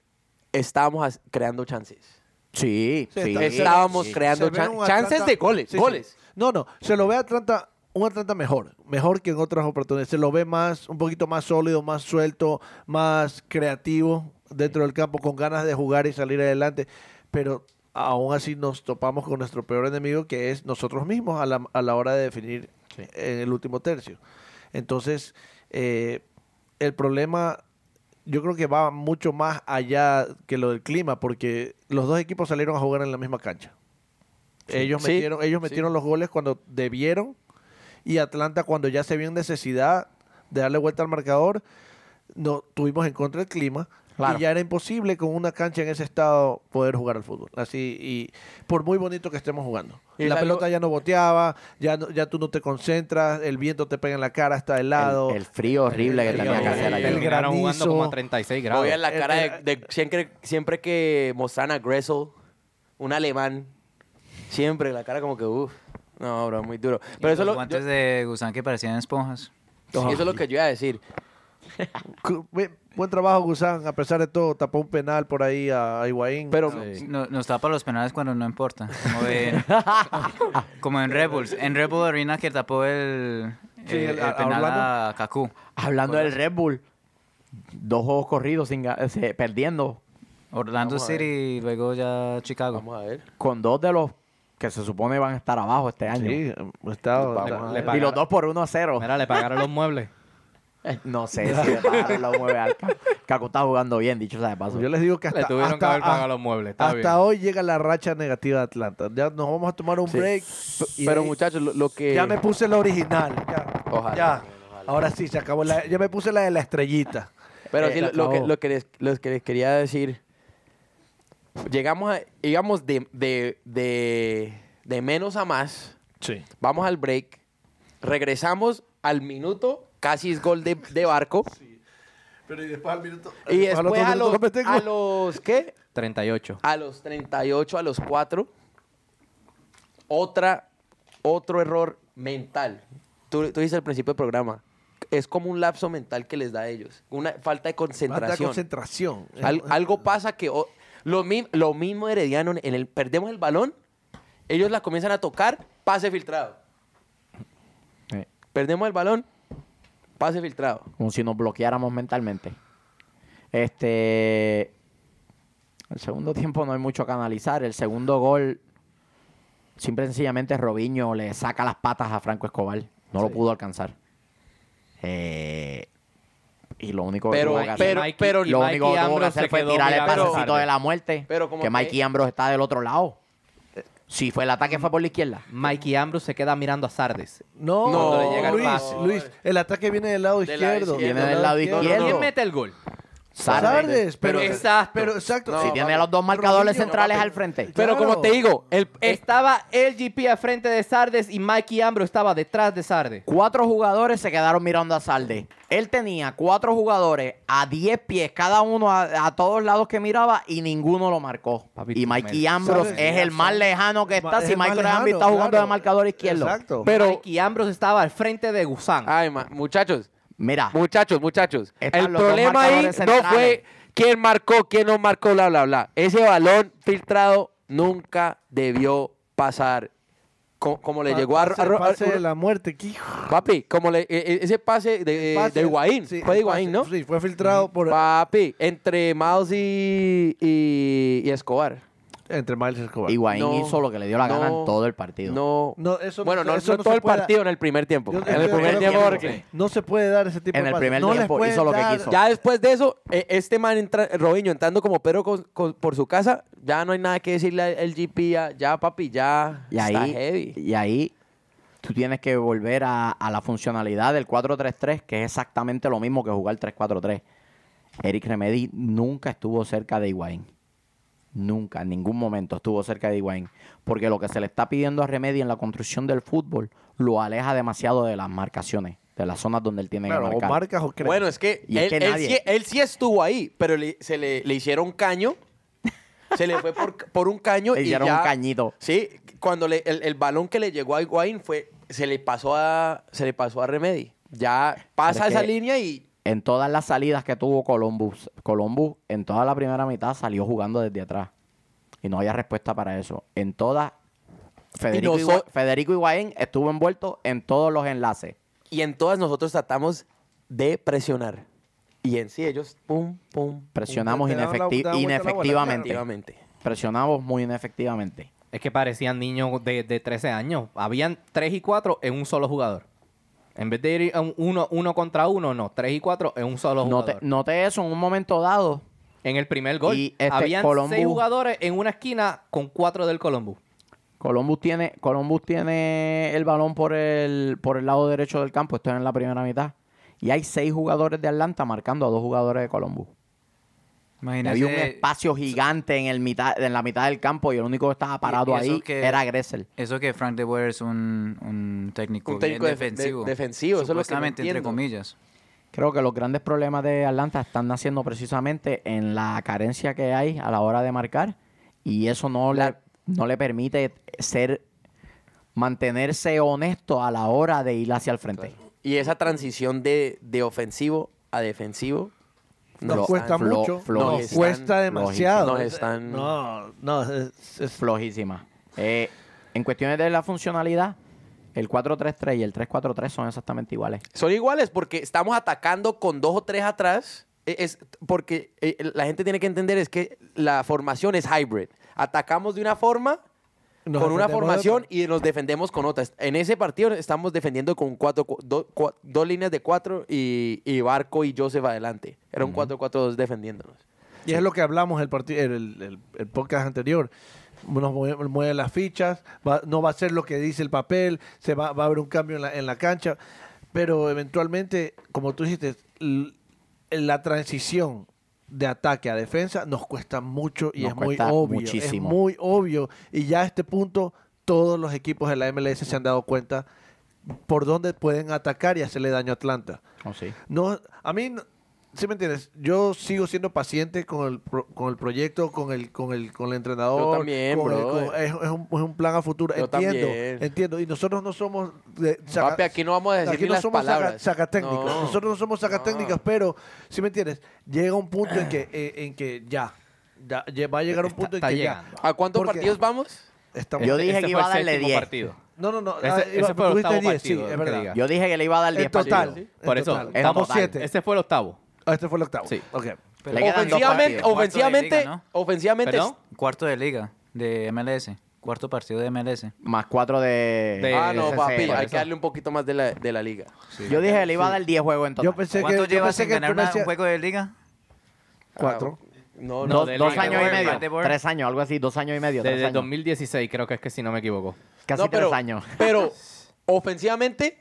Speaker 2: estábamos as- creando chances.
Speaker 1: Sí,
Speaker 3: Sí,
Speaker 1: sí.
Speaker 3: está- se-
Speaker 2: Estábamos
Speaker 1: sí.
Speaker 2: creando
Speaker 3: Se ve
Speaker 2: chan-
Speaker 3: un Atlanta-
Speaker 2: chances de goles.
Speaker 3: Sí, sí.
Speaker 2: goles.
Speaker 3: No, no. Se lo ve a Atlanta, un Atlanta mejor. Mejor que en otras oportunidades. Se lo ve más, un poquito más sólido, más suelto, más creativo dentro del campo, con ganas de jugar y salir adelante. Pero aún así nos topamos con nuestro peor enemigo, que es nosotros mismos a la, a la hora de definir en el último tercio. Entonces, eh, el problema yo creo que va mucho más allá que lo del clima, porque los dos equipos salieron a jugar en la misma cancha. Ellos
Speaker 2: Sí,
Speaker 3: metieron, ellos metieron los goles cuando debieron y Atlanta cuando ya se vio en necesidad de darle vuelta al marcador, no tuvimos en contra el clima
Speaker 1: Claro.
Speaker 3: y ya era imposible con una cancha en ese estado poder jugar al fútbol. Así y por muy bonito que estemos jugando.
Speaker 2: Y
Speaker 3: la
Speaker 2: es algo-
Speaker 3: pelota ya no boteaba, ya no- ya tú no te concentras, el viento te pega en la cara, está helado.
Speaker 1: El, el frío horrible que
Speaker 3: El
Speaker 1: tenía que
Speaker 3: frío
Speaker 1: hacer
Speaker 3: horrible.
Speaker 1: ayer.
Speaker 3: el
Speaker 4: Terminaron jugando
Speaker 3: granizo.
Speaker 4: como a 36 grados.
Speaker 2: Voy a la
Speaker 3: El-
Speaker 2: cara
Speaker 3: el-
Speaker 2: de, de- siempre, siempre que mostraban a Gressel, un alemán, siempre la cara como que, uff, no, bro, muy duro. Pero eso, es
Speaker 6: los
Speaker 2: lo, yo-
Speaker 6: guantes de Gusán que parecían esponjas.
Speaker 2: eso es lo que yo iba a decir.
Speaker 3: Cu- bien, Buen trabajo, Gusán. A pesar de todo, tapó un penal por ahí a, a Higuaín.
Speaker 2: Pero
Speaker 6: No- nos tapa los penales cuando no importa. Como en, como en Red Bulls. En Red Bull Arena que tapó el,
Speaker 3: Sí,
Speaker 6: el-
Speaker 3: el-
Speaker 6: el
Speaker 3: a- a
Speaker 6: penal
Speaker 3: Orlando.
Speaker 6: a Kaku.
Speaker 1: Hablando del Red Bull, dos juegos corridos sin, ga- eh, perdiendo
Speaker 6: Orlando
Speaker 2: Vamos a ver.
Speaker 6: City y luego ya Chicago.
Speaker 2: vamos a ver.
Speaker 1: con dos de los que se supone van a estar abajo este año.
Speaker 3: Sí, está, está-
Speaker 4: Le- le-
Speaker 1: y los
Speaker 4: pagaron.
Speaker 1: dos por 1 a 0.
Speaker 4: Mira, le pagaron los muebles.
Speaker 1: No sé si le pagaron la mueve al Ca- Caco está jugando bien, dicho sea de paso.
Speaker 3: yo les digo que hasta,
Speaker 4: le tuvieron que
Speaker 3: hasta-
Speaker 4: haber pagado
Speaker 3: hasta-
Speaker 4: los muebles. Está
Speaker 3: hasta
Speaker 4: bien.
Speaker 3: hoy llega la racha negativa de Atlanta. Ya nos vamos a tomar un
Speaker 2: Sí.
Speaker 3: break. y
Speaker 2: Pero
Speaker 3: ahí-
Speaker 2: muchachos, lo, lo que...
Speaker 3: Ya me puse la original. Ya.
Speaker 2: Ojalá.
Speaker 3: Ya. Ahora sí, se acabó la. Ya me puse la de la estrellita.
Speaker 2: Pero
Speaker 3: Eh,
Speaker 2: sí,
Speaker 3: se
Speaker 2: lo, lo que,
Speaker 3: acabó.
Speaker 2: lo que les, lo que les quería decir, llegamos a, digamos, de, de, de, de menos a más,
Speaker 3: Sí.
Speaker 2: vamos al break, regresamos al minuto, casi es gol de, de barco,
Speaker 3: Pero y después al minuto.
Speaker 2: y después a los, a los, ¿qué?
Speaker 4: 38.
Speaker 2: A los 38, a los 4, otra, otro error mental. Tú, tú dices al principio del programa, es como un lapso mental que les da a ellos, una falta de concentración.
Speaker 3: concentración.
Speaker 2: Al- algo pasa que o- lo, mi- lo mismo Herediano en el perdemos el balón, ellos la comienzan a tocar, pase filtrado.
Speaker 1: Sí.
Speaker 2: Perdemos el balón, pase filtrado.
Speaker 1: Como si nos bloqueáramos mentalmente. Este. El segundo tiempo no hay mucho que analizar. El segundo gol, simple y sencillamente, Robinho le saca las patas a Franco Escobar. No lo pudo alcanzar. Eh, y lo único que
Speaker 2: Pero-
Speaker 1: tuvo que hacer-
Speaker 2: pero- pero-
Speaker 4: y
Speaker 1: lo
Speaker 4: Mikey
Speaker 1: único que tuvo que
Speaker 4: Ambrose
Speaker 1: hacer
Speaker 4: se
Speaker 1: fue
Speaker 4: quedó
Speaker 1: tirar el
Speaker 4: mirando
Speaker 2: pero-
Speaker 1: pasecito
Speaker 4: tarde.
Speaker 1: de la muerte.
Speaker 2: Pero como
Speaker 1: que
Speaker 2: que-
Speaker 1: Mikey Ambrose está del otro lado. Si fue el ataque, fue por la izquierda.
Speaker 4: Mikey Ambrose se queda mirando a Sardes.
Speaker 3: No,
Speaker 2: Cuando le llega el
Speaker 3: Luis,
Speaker 2: pase.
Speaker 3: Luis, el ataque viene del lado
Speaker 2: Del lado
Speaker 3: izquierdo.
Speaker 2: izquierdo.
Speaker 1: Viene del lado izquierdo.
Speaker 4: ¿Quién mete el gol?
Speaker 1: Sardes.
Speaker 3: Sardes, pero,
Speaker 2: Pero
Speaker 4: exacto.
Speaker 3: Pero exacto.
Speaker 1: si tiene los dos marcadores centrales al frente.
Speaker 2: Pero
Speaker 3: Claro.
Speaker 2: como te digo, el,
Speaker 1: Eh.
Speaker 2: el-
Speaker 4: Estaba LGP al frente de Sardes y Mikey Ambrose estaba detrás de Sardes.
Speaker 1: Cuatro jugadores se quedaron mirando a Salde. Él tenía cuatro jugadores a 10 pies, cada uno a, a todos lados que miraba y ninguno lo marcó.
Speaker 4: Papi,
Speaker 1: y
Speaker 4: tú
Speaker 1: Mikey
Speaker 4: me-
Speaker 1: Ambrose
Speaker 3: ¿Sabes?
Speaker 1: es el más lejano que está
Speaker 3: Es
Speaker 1: si
Speaker 3: el más
Speaker 1: Michael
Speaker 3: lejano,
Speaker 1: Ambi está jugando
Speaker 3: claro.
Speaker 1: de marcador izquierdo.
Speaker 3: Exacto.
Speaker 2: Pero-
Speaker 4: Mikey Ambrose estaba al frente de Gusán.
Speaker 2: Ay, ma- muchachos,
Speaker 1: Mira,
Speaker 2: muchachos, muchachos.
Speaker 1: Están
Speaker 2: el
Speaker 1: los dos
Speaker 2: problema ahí
Speaker 1: marcadores
Speaker 2: no
Speaker 1: centrales.
Speaker 2: fue quién marcó, quién no marcó, bla, bla, bla. Ese balón filtrado nunca debió pasar. Co- Como, le llegó a,
Speaker 3: Ah, pase,
Speaker 2: a- a-
Speaker 3: pase de la muerte, que hijo.
Speaker 2: Papi, como le, e- e- ese pase de,
Speaker 3: Pase-
Speaker 2: de Higuaín,
Speaker 3: sí,
Speaker 2: fue de
Speaker 3: el pase-
Speaker 2: Higuaín, ¿no?
Speaker 3: Sí, fue filtrado por
Speaker 2: Papi, entre Miles y, y- y Escobar.
Speaker 3: entre Miles y Escobar.
Speaker 1: Higuaín
Speaker 2: No,
Speaker 1: hizo lo que le dio la gana en
Speaker 2: no,
Speaker 1: todo el partido.
Speaker 2: No,
Speaker 3: No, eso
Speaker 2: bueno, no,
Speaker 3: eso
Speaker 2: no
Speaker 3: no
Speaker 2: todo
Speaker 3: se
Speaker 2: el
Speaker 3: puede-
Speaker 2: partido, en el primer tiempo.
Speaker 3: Yo-
Speaker 2: en el
Speaker 3: yo-
Speaker 2: primer
Speaker 3: yo-
Speaker 2: tiempo,
Speaker 3: yo-
Speaker 2: porque
Speaker 3: No se puede dar ese tipo
Speaker 1: En
Speaker 3: de
Speaker 1: el
Speaker 3: pases.
Speaker 1: primer
Speaker 3: No les
Speaker 1: tiempo
Speaker 3: puede
Speaker 1: hizo lo que
Speaker 3: dar-
Speaker 1: quiso.
Speaker 2: ya después de eso, e- este man, entra, Robinho, entrando como Pedro con- con- por su casa, ya no hay nada que decirle al GP, ya, ya, papi, ya
Speaker 1: Y
Speaker 2: está
Speaker 1: ahí,
Speaker 2: heavy.
Speaker 1: y ahí tú tienes que volver a, a la funcionalidad del 4-3-3, que es exactamente lo mismo que jugar 3-4-3. Eric Remedy nunca estuvo cerca de Higuaín. Nunca, en ningún momento estuvo cerca de Higuaín. Porque lo que se le está pidiendo a Remedy en la construcción del fútbol lo aleja demasiado de las marcaciones, de las zonas donde él tiene
Speaker 3: Claro,
Speaker 1: que
Speaker 3: o
Speaker 1: marcar.
Speaker 3: marcas o crees.
Speaker 2: Bueno, es que,
Speaker 1: Y
Speaker 2: él,
Speaker 1: es que
Speaker 2: él
Speaker 1: nadie-
Speaker 2: sí, él sí estuvo ahí, pero le- se le, le hicieron caño. Se le fue por, por un caño
Speaker 1: Le
Speaker 2: y
Speaker 1: hicieron
Speaker 2: ya-
Speaker 1: un cañito.
Speaker 2: Sí, cuando le- el, el balón que le llegó a Higuaín fue, se le pasó a, se le pasó a Remedy. Ya pasa
Speaker 1: Pero es
Speaker 2: esa
Speaker 1: que-
Speaker 2: línea y
Speaker 1: En todas las salidas que tuvo Columbus, Columbus en toda la primera mitad salió jugando desde atrás. Y no había respuesta para eso. En todas, Federico,
Speaker 2: Y noso-
Speaker 1: Higua- Federico Higuaín estuvo envuelto en todos los enlaces.
Speaker 2: Y en todas nosotros tratamos de presionar. Y en sí ellos, pum, pum,
Speaker 1: Presionamos
Speaker 3: Te daban la-
Speaker 1: inefecti-
Speaker 3: te daban vuelta la bola,
Speaker 1: inefectivamente.
Speaker 2: efectivamente.
Speaker 1: Presionamos muy inefectivamente.
Speaker 4: Es que parecían niños de, de 13 años. Habían 3 y 4 en un solo jugador. En vez de ir a un- uno, uno contra uno, no. 3 y 4 en un solo
Speaker 1: Noté,
Speaker 4: jugador.
Speaker 1: noté eso en un momento dado.
Speaker 4: En el primer gol.
Speaker 1: Y este
Speaker 4: habían
Speaker 1: Columbus-
Speaker 4: 6 jugadores en una esquina con 4 del Columbus.
Speaker 1: Columbus tiene, Columbus tiene el balón por el, por el lado derecho del campo. Esto es en la primera mitad. Y hay seis jugadores de Atlanta marcando a dos jugadores de Columbus. Y
Speaker 6: Imagínate.
Speaker 1: había un espacio gigante en, el mitad, en la mitad del campo y el único que estaba parado
Speaker 6: y eso
Speaker 1: ahí
Speaker 6: que-
Speaker 1: era Gressel.
Speaker 6: Eso que Frank De Boer es un, un técnico,
Speaker 2: Un
Speaker 6: bien
Speaker 2: técnico def- de-
Speaker 6: defensivo.
Speaker 2: defensivo, eso es lo que no
Speaker 6: Supuestamente, entre
Speaker 2: entiendo.
Speaker 6: comillas.
Speaker 1: Creo que los grandes problemas de Atlanta están naciendo precisamente en la carencia que hay a la hora de marcar y eso no, le, no le permite ser mantenerse honesto a la hora de ir hacia el frente.
Speaker 2: Y esa transición de, de ofensivo a defensivo
Speaker 3: nos
Speaker 1: Flo-
Speaker 3: cuesta
Speaker 1: flo-
Speaker 3: mucho.
Speaker 1: flo-
Speaker 3: nos
Speaker 2: están-
Speaker 3: cuesta
Speaker 1: lógico.
Speaker 3: demasiado.
Speaker 2: Nos están-
Speaker 3: No, no, es- es-
Speaker 1: Flojísima. Eh, en cuestiones de la funcionalidad, el 4-3-3 y el 3-4-3 son exactamente iguales.
Speaker 2: Son iguales porque estamos atacando con dos o tres atrás. E- Es porque eh, la gente tiene que entender es que la formación es hybrid. Atacamos de una forma
Speaker 3: Nos
Speaker 2: con una
Speaker 3: defendemos de
Speaker 2: formación y nos defendemos con otra. En ese partido estamos defendiendo con cuatro, cu- do- cua- dos líneas de cuatro y, y Barco y Joseph adelante. Era un 4-4-2 defendiéndonos.
Speaker 3: Y es lo que hablamos el, parti- el, el- el- el podcast anterior. Nos mue- mueven las fichas, va- no va a ser lo que dice el papel, se va, va a haber un cambio en la, en la cancha, pero eventualmente, como tú dijiste, l- la transición de ataque a defensa nos cuesta mucho y
Speaker 1: Nos
Speaker 3: es muy
Speaker 1: cuesta
Speaker 3: obvio.
Speaker 1: muchísimo.
Speaker 3: Es muy obvio. Y ya a este punto, todos los equipos de la MLS se han dado cuenta por dónde pueden atacar y hacerle daño a Atlanta.
Speaker 1: Oh, sí.
Speaker 3: No, a mí, no- ¿sí me entiendes? Yo sigo siendo paciente con el, pro- con el proyecto, con el, con el, con el entrenador.
Speaker 2: Yo también,
Speaker 3: con el-
Speaker 2: brother.
Speaker 3: con- es, es un, es un plan a futuro.
Speaker 2: Yo
Speaker 3: entiendo,
Speaker 2: también.
Speaker 3: entiendo. Y nosotros no somos... de- saca-
Speaker 2: Papi, aquí no vamos a decir
Speaker 3: aquí
Speaker 2: ni
Speaker 3: no
Speaker 2: las
Speaker 3: somos saca-
Speaker 2: palabras.
Speaker 3: sacatécnicos.
Speaker 2: No.
Speaker 3: Nosotros no somos sacatécnicos, pero, ¿sí me entiendes? Llega un punto en que, eh, en que ya, ya, ya Va a llegar un
Speaker 4: Está-
Speaker 3: punto
Speaker 4: está
Speaker 3: en que
Speaker 4: llegando.
Speaker 3: ya.
Speaker 2: ¿A cuántos
Speaker 3: Porque
Speaker 2: partidos vamos?
Speaker 3: estamos-
Speaker 1: Yo dije que iba
Speaker 4: fue
Speaker 1: a
Speaker 4: el
Speaker 1: darle
Speaker 4: séptimo
Speaker 1: 10.
Speaker 4: partido.
Speaker 3: No, no, no.
Speaker 4: Ese-
Speaker 3: ah,
Speaker 4: ese
Speaker 3: iba-
Speaker 4: fue el
Speaker 3: tuviste
Speaker 4: octavo
Speaker 3: 10,
Speaker 4: partido,
Speaker 3: sí,
Speaker 4: que
Speaker 3: es verdad.
Speaker 4: diga.
Speaker 1: Yo dije que le iba a dar
Speaker 3: En
Speaker 1: 10
Speaker 3: total.
Speaker 1: partidos.
Speaker 3: en
Speaker 4: Por eso,
Speaker 3: total.
Speaker 4: estamos
Speaker 1: total.
Speaker 3: siete.
Speaker 4: Este fue el octavo.
Speaker 3: Ah, Este fue el octavo.
Speaker 4: Sí.
Speaker 3: Ok.
Speaker 6: Pero-
Speaker 1: Le quedan dos
Speaker 2: Ofensivamente,
Speaker 1: partidos.
Speaker 2: ofensivamente,
Speaker 6: Cuarto de liga, ¿no?
Speaker 2: ofensivamente
Speaker 4: ¿Perdón?
Speaker 6: Cuarto de liga de MLS. Cuarto partido de MLS.
Speaker 1: Más 4 de...
Speaker 4: De-
Speaker 2: Ah,
Speaker 4: Eh,
Speaker 2: no,
Speaker 1: CCR.
Speaker 2: papi,
Speaker 4: por
Speaker 2: hay
Speaker 4: eso.
Speaker 2: que darle un poquito más de la, de la liga.
Speaker 1: Yo dije que le iba a dar 10 juegos en total.
Speaker 3: Yo pensé que...
Speaker 6: ¿Cuánto
Speaker 3: yo
Speaker 6: llevas
Speaker 3: pensé
Speaker 6: sin
Speaker 3: que
Speaker 6: ganar
Speaker 3: tú me
Speaker 6: una-
Speaker 3: hacías-
Speaker 6: un juego de liga?
Speaker 3: Cuatro.
Speaker 2: Ah, no, no,
Speaker 1: dos,
Speaker 4: de
Speaker 1: dos
Speaker 4: liga.
Speaker 1: años y
Speaker 4: Parte
Speaker 1: medio.
Speaker 6: board.
Speaker 1: Tres años, algo así. Dos años y medio. tres
Speaker 4: Desde
Speaker 1: años.
Speaker 4: 2016 creo que es que si no me equivoco.
Speaker 1: Casi
Speaker 2: no, pero,
Speaker 1: tres años.
Speaker 2: Pero ofensivamente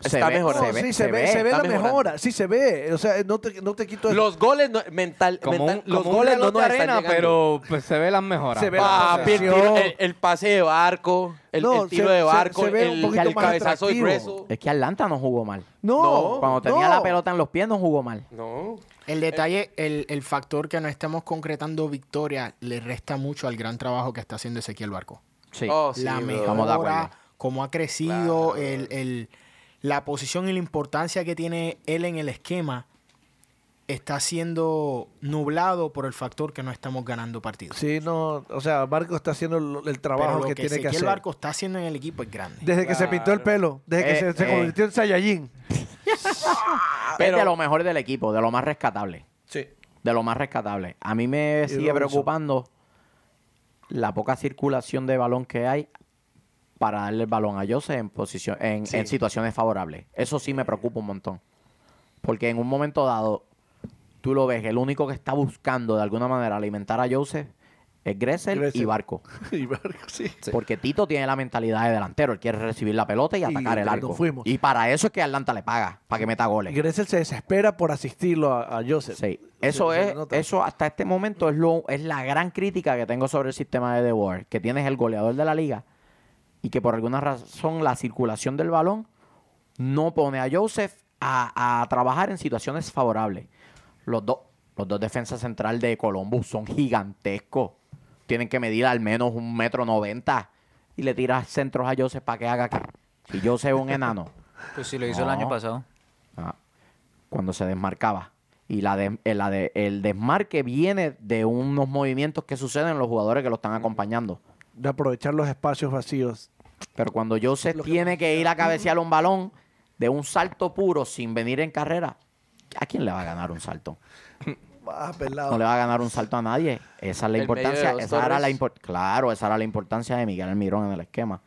Speaker 1: Se
Speaker 2: está
Speaker 1: ve,
Speaker 2: mejor.
Speaker 1: se
Speaker 3: No,
Speaker 1: ve,
Speaker 3: sí, se, ve, se ve
Speaker 2: está
Speaker 3: la
Speaker 2: mejorando.
Speaker 3: mejora, sí se ve. O sea, no te, no te quito el-
Speaker 2: Los goles no- mental,
Speaker 4: Como
Speaker 2: mental-
Speaker 4: un,
Speaker 2: los
Speaker 4: como un
Speaker 2: goles no
Speaker 4: reloj
Speaker 2: nos
Speaker 4: de arena,
Speaker 2: están llegando.
Speaker 4: pero pues, se ve las mejoras.
Speaker 3: Se ve la-
Speaker 2: Papi, el, tiro- el- el pase de barco, el,
Speaker 3: No,
Speaker 2: el tiro
Speaker 3: se-
Speaker 2: de
Speaker 3: se-
Speaker 2: barco,
Speaker 3: se ve
Speaker 2: el,
Speaker 3: un poquito
Speaker 2: el
Speaker 3: más
Speaker 2: cabezazo y
Speaker 3: atractivo.
Speaker 2: grueso.
Speaker 1: Es que Atlanta no jugó mal.
Speaker 3: No,
Speaker 2: No,
Speaker 1: Cuando tenía
Speaker 3: no.
Speaker 1: la pelota en los pies no jugó mal.
Speaker 2: No.
Speaker 5: El detalle, el, el factor que no estamos concretando victoria, le resta mucho al gran trabajo que está haciendo Ezequiel Barco.
Speaker 1: Sí.
Speaker 2: Oh, sí,
Speaker 5: la
Speaker 2: bro.
Speaker 1: Estamos de
Speaker 5: mejora,
Speaker 1: acuerdo.
Speaker 5: cómo ha crecido, el- el- la posición y la importancia que tiene él en el esquema está siendo nublado por el factor que no estamos ganando partidos.
Speaker 3: Sí, no, o sea, Barco está haciendo lo- el
Speaker 5: Pero
Speaker 3: trabajo
Speaker 5: lo
Speaker 3: que,
Speaker 5: que,
Speaker 3: tiene que
Speaker 5: Ezequiel
Speaker 3: hacer.
Speaker 5: Barco está haciendo en el equipo es grande.
Speaker 3: Desde que se pintó el pelo, desde que
Speaker 1: Eh,
Speaker 3: se, se
Speaker 1: eh.
Speaker 3: convirtió en Saiyajin.
Speaker 2: Pero-
Speaker 1: Ah, es de lo mejor del equipo, de lo más rescatable.
Speaker 3: Sí.
Speaker 1: De lo más rescatable. A mí me sigue
Speaker 3: Robinson.
Speaker 1: preocupando la poca circulación de balón que hay para darle el balón a Jose en, posición, en, en situaciones favorables. Eso sí me preocupa un montón. Porque en un momento dado, tú lo ves, el único que está buscando de alguna manera alimentar a Jose es Gressel, y
Speaker 3: Gressel.
Speaker 1: Barco.
Speaker 3: Y Barco, sí.
Speaker 1: Porque Tito tiene la mentalidad de delantero. Él quiere recibir la pelota y atacar el
Speaker 3: nos
Speaker 1: arco.
Speaker 3: fuimos.
Speaker 1: Y para eso es que Atlanta le paga, para que meta goles.
Speaker 3: Gressel se desespera por asistirlo a, a Joseph.
Speaker 1: Sí.
Speaker 3: Se-
Speaker 1: Eso
Speaker 3: se le
Speaker 1: es,
Speaker 3: nota.
Speaker 1: eso hasta este momento es lo, es la gran crítica que tengo sobre el sistema de The Boer, que tienes el goleador de la liga y que por alguna razón la circulación del balón no pone a Joseph a, a trabajar en situaciones favorables. Los dos, los dos defensas central de Columbus son gigantescos. Tienen que medir al menos un metro noventa y le tiras centros a Joseph para que haga que. Si Joseph es un enano.
Speaker 6: Pues sí, lo hizo
Speaker 1: No.
Speaker 6: el año pasado.
Speaker 1: Ah, cuando se desmarcaba. Y la de, eh, la de- el desmarque viene de unos movimientos que suceden en los jugadores que lo están acompañando.
Speaker 3: De aprovechar los espacios vacíos.
Speaker 1: Pero cuando Joseph tiene que ir a cabecear un balón de un salto puro sin venir en carrera, ¿a quién le va a ganar un salto?
Speaker 3: Ah, pelado.
Speaker 1: No le va a ganar un salto a nadie. Esa es la
Speaker 2: El medio
Speaker 1: importancia.
Speaker 2: de los
Speaker 1: Esa era la
Speaker 2: Torres.
Speaker 1: impor- claro, esa era la importancia de Miguel Almirón en el esquema.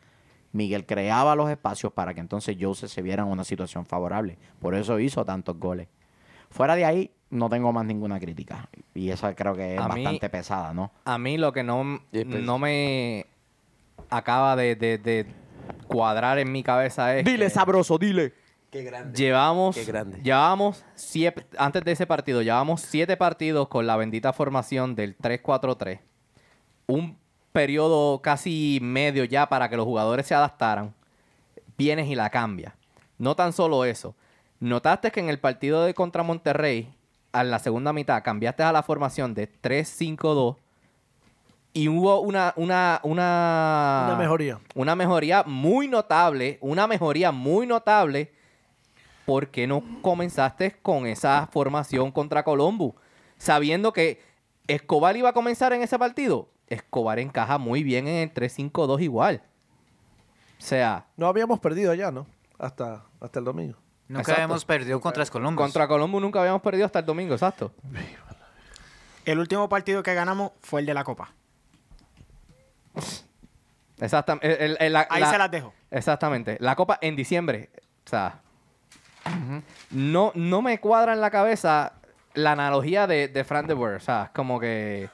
Speaker 1: Miguel creaba los espacios para que entonces Joseph se viera en una situación favorable. Por eso hizo tantos goles. Fuera de ahí, no tengo más ninguna crítica. Y esa creo que es
Speaker 4: A mí-
Speaker 1: bastante pesada, ¿no?
Speaker 4: A mí lo que no,
Speaker 2: Y después-
Speaker 4: no me acaba de, de- de cuadrar en mi cabeza es. que
Speaker 1: sabroso, dile.
Speaker 2: Qué grande.
Speaker 4: Llevamos,
Speaker 2: Qué grande.
Speaker 4: llevamos siete, antes de ese partido, llevamos siete partidos con la bendita formación del 3-4-3. Un periodo casi medio ya para que los jugadores se adaptaran. Vienes y la cambias. No tan solo eso. Notaste que en el partido de contra Monterrey, a la segunda mitad, cambiaste a la formación de 3-5-2 y hubo una, una, una,
Speaker 3: Una mejoría.
Speaker 4: Una mejoría muy notable. Una mejoría muy notable. ¿Por qué no comenzaste con esa formación contra Columbus? Sabiendo que Escobar iba a comenzar en ese partido. Escobar encaja muy bien en el 3-5-2 igual. O sea,
Speaker 3: No habíamos perdido allá, ¿no? Hasta, hasta el domingo.
Speaker 6: Nunca
Speaker 4: Exacto.
Speaker 6: habíamos perdido contra Colombia.
Speaker 4: contra Columbus nunca habíamos perdido hasta el domingo, exacto.
Speaker 5: El último partido que ganamos fue el de la Copa.
Speaker 4: Exactamente. el- el- la-
Speaker 5: Ahí
Speaker 4: la-
Speaker 5: se las dejo.
Speaker 4: Exactamente. La copa en diciembre. O sea. no, no me cuadra en la cabeza la analogía de, de Fran de Boer. O sea, es como que.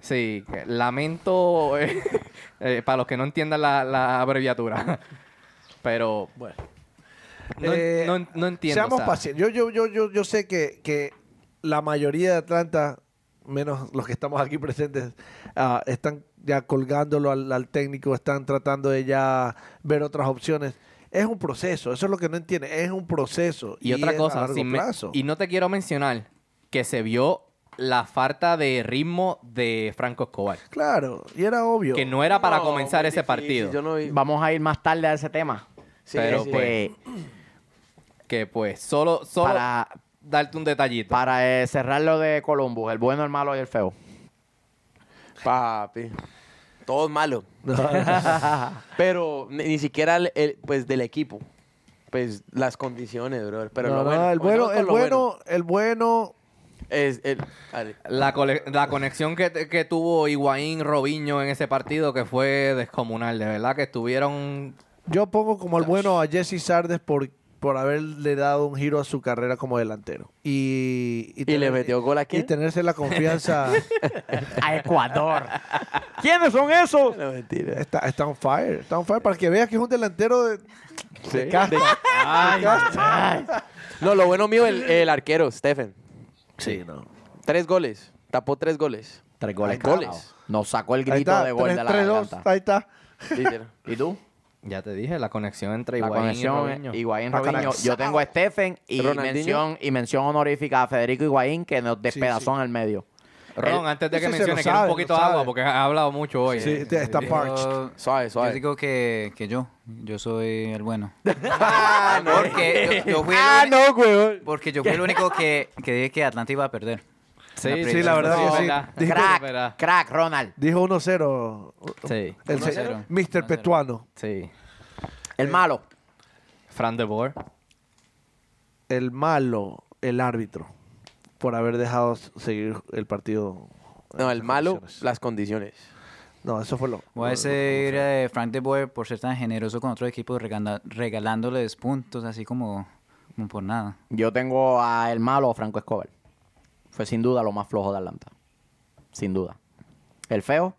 Speaker 4: Sí, que lamento. eh, eh, para los que no entiendan la, la abreviatura. Pero.
Speaker 3: Bueno.
Speaker 4: No,
Speaker 3: Eh,
Speaker 4: no- no entiendo.
Speaker 3: Seamos
Speaker 4: o sea,
Speaker 3: pacientes. Yo, yo, yo, yo, yo sé que, que la mayoría de Atlanta, menos los que estamos aquí presentes, ah, están ya colgándolo al, al técnico, están tratando de ya ver otras opciones. Es un proceso, eso es lo que no entiende. Es un proceso.
Speaker 4: Y, otra
Speaker 3: es a
Speaker 4: cosa,
Speaker 3: largo
Speaker 4: sin me-
Speaker 3: plazo.
Speaker 4: y no te quiero mencionar que se vio la falta de ritmo de Franco Escobar.
Speaker 3: Claro, y era obvio.
Speaker 4: Que no era para
Speaker 2: No,
Speaker 4: comenzar
Speaker 2: muy
Speaker 4: ese
Speaker 2: difícil,
Speaker 4: partido.
Speaker 2: Yo no vi.
Speaker 1: Vamos a ir más tarde a ese tema. Este,
Speaker 2: Sí,
Speaker 4: pero
Speaker 2: sí.
Speaker 4: pues- Que pues, solo, solo
Speaker 1: Para-
Speaker 4: darte un detallito.
Speaker 1: Para eh, cerrar lo de Columbus, el bueno, el malo y el feo.
Speaker 2: Papi. Todo es malo. Pero ni, ni siquiera el, el- pues del equipo. Pues las condiciones, bro. Pero
Speaker 3: No,
Speaker 2: lo
Speaker 3: no,
Speaker 2: bueno.
Speaker 3: el bueno,
Speaker 2: Comencemos
Speaker 3: el
Speaker 2: con lo
Speaker 3: bueno, el bueno.
Speaker 2: Es el, dale.
Speaker 4: La, cole- la conexión que, te- que tuvo Higuaín Robinho en ese partido que fue descomunal, de verdad que estuvieron
Speaker 3: Yo pongo como el bueno a Jesse Sardes por, por haberle dado un giro a su carrera como delantero. Y, y
Speaker 2: Y le
Speaker 3: tener-
Speaker 2: metió gol a
Speaker 3: Y
Speaker 2: quién?
Speaker 3: tenerse la confianza.
Speaker 1: A Ecuador. ¿Quiénes son esos?
Speaker 2: No, mentira.
Speaker 3: está, está on fire. Está on fire para que veas que es un delantero de.
Speaker 2: De- Ay, ay. No, lo bueno mío, el, el arquero, Stephen.
Speaker 3: Sí, no.
Speaker 2: Tres goles. Tapó tres goles.
Speaker 1: Tres goles.
Speaker 2: Ay, goles.
Speaker 1: Nos sacó el
Speaker 3: Ahí
Speaker 1: grito
Speaker 3: está.
Speaker 1: de gol de la
Speaker 3: 3-2.
Speaker 1: garganta.
Speaker 3: Ahí está.
Speaker 2: Literal.
Speaker 1: ¿Y tú?
Speaker 4: ya te dije, la conexión entre
Speaker 1: La
Speaker 4: Higuaín y
Speaker 1: conexión
Speaker 4: Robinho.
Speaker 1: eh, Higuaín
Speaker 3: Ah,
Speaker 1: Robinho.
Speaker 3: caray.
Speaker 1: Yo tengo a Stephen y
Speaker 2: Ronaldinho.
Speaker 1: mención, y mención honorífica a Federico Higuaín que nos despedazó
Speaker 3: sí.
Speaker 1: en el medio.
Speaker 4: Ron, antes de
Speaker 3: ese
Speaker 4: que
Speaker 3: se lo
Speaker 4: menciones, quiero
Speaker 3: sabe,
Speaker 4: un
Speaker 3: lo
Speaker 4: poquito de agua
Speaker 3: sabe.
Speaker 4: porque ha hablado mucho hoy. eh.
Speaker 3: Sí, está- está
Speaker 6: eh,
Speaker 3: parched.
Speaker 6: Yo,
Speaker 2: Suave, suave.
Speaker 6: yo digo que, que yo, yo soy el bueno.
Speaker 2: Ah, no.
Speaker 6: Porque yo, yo fui el
Speaker 2: Ah,
Speaker 6: uni-
Speaker 2: no, güey.
Speaker 6: porque yo fui el único que, que dije que Atlanta iba a perder.
Speaker 4: Sí,
Speaker 6: La
Speaker 4: sí,
Speaker 6: sí, la
Speaker 3: verdad que sí. Dijo-
Speaker 4: Crack.
Speaker 1: Crack, crack, Ronald.
Speaker 3: Dijo 1-0.
Speaker 4: Sí,
Speaker 3: El
Speaker 6: 1-0.
Speaker 3: se- Mr. Petuano.
Speaker 4: sí.
Speaker 1: El malo.
Speaker 4: Fran de Boer.
Speaker 3: El malo, el árbitro. Por haber dejado s- seguir el partido.
Speaker 2: No, el malo,
Speaker 3: Condiciones.
Speaker 2: las condiciones.
Speaker 3: No, eso fue lo.
Speaker 6: Voy a decir eh, Frank de Boer por ser tan generoso con otro equipo reganda- regalándoles puntos así como, como por nada.
Speaker 1: Yo tengo a el malo Franco Escobar. Fue sin duda lo más flojo de Atlanta. Sin duda. El feo.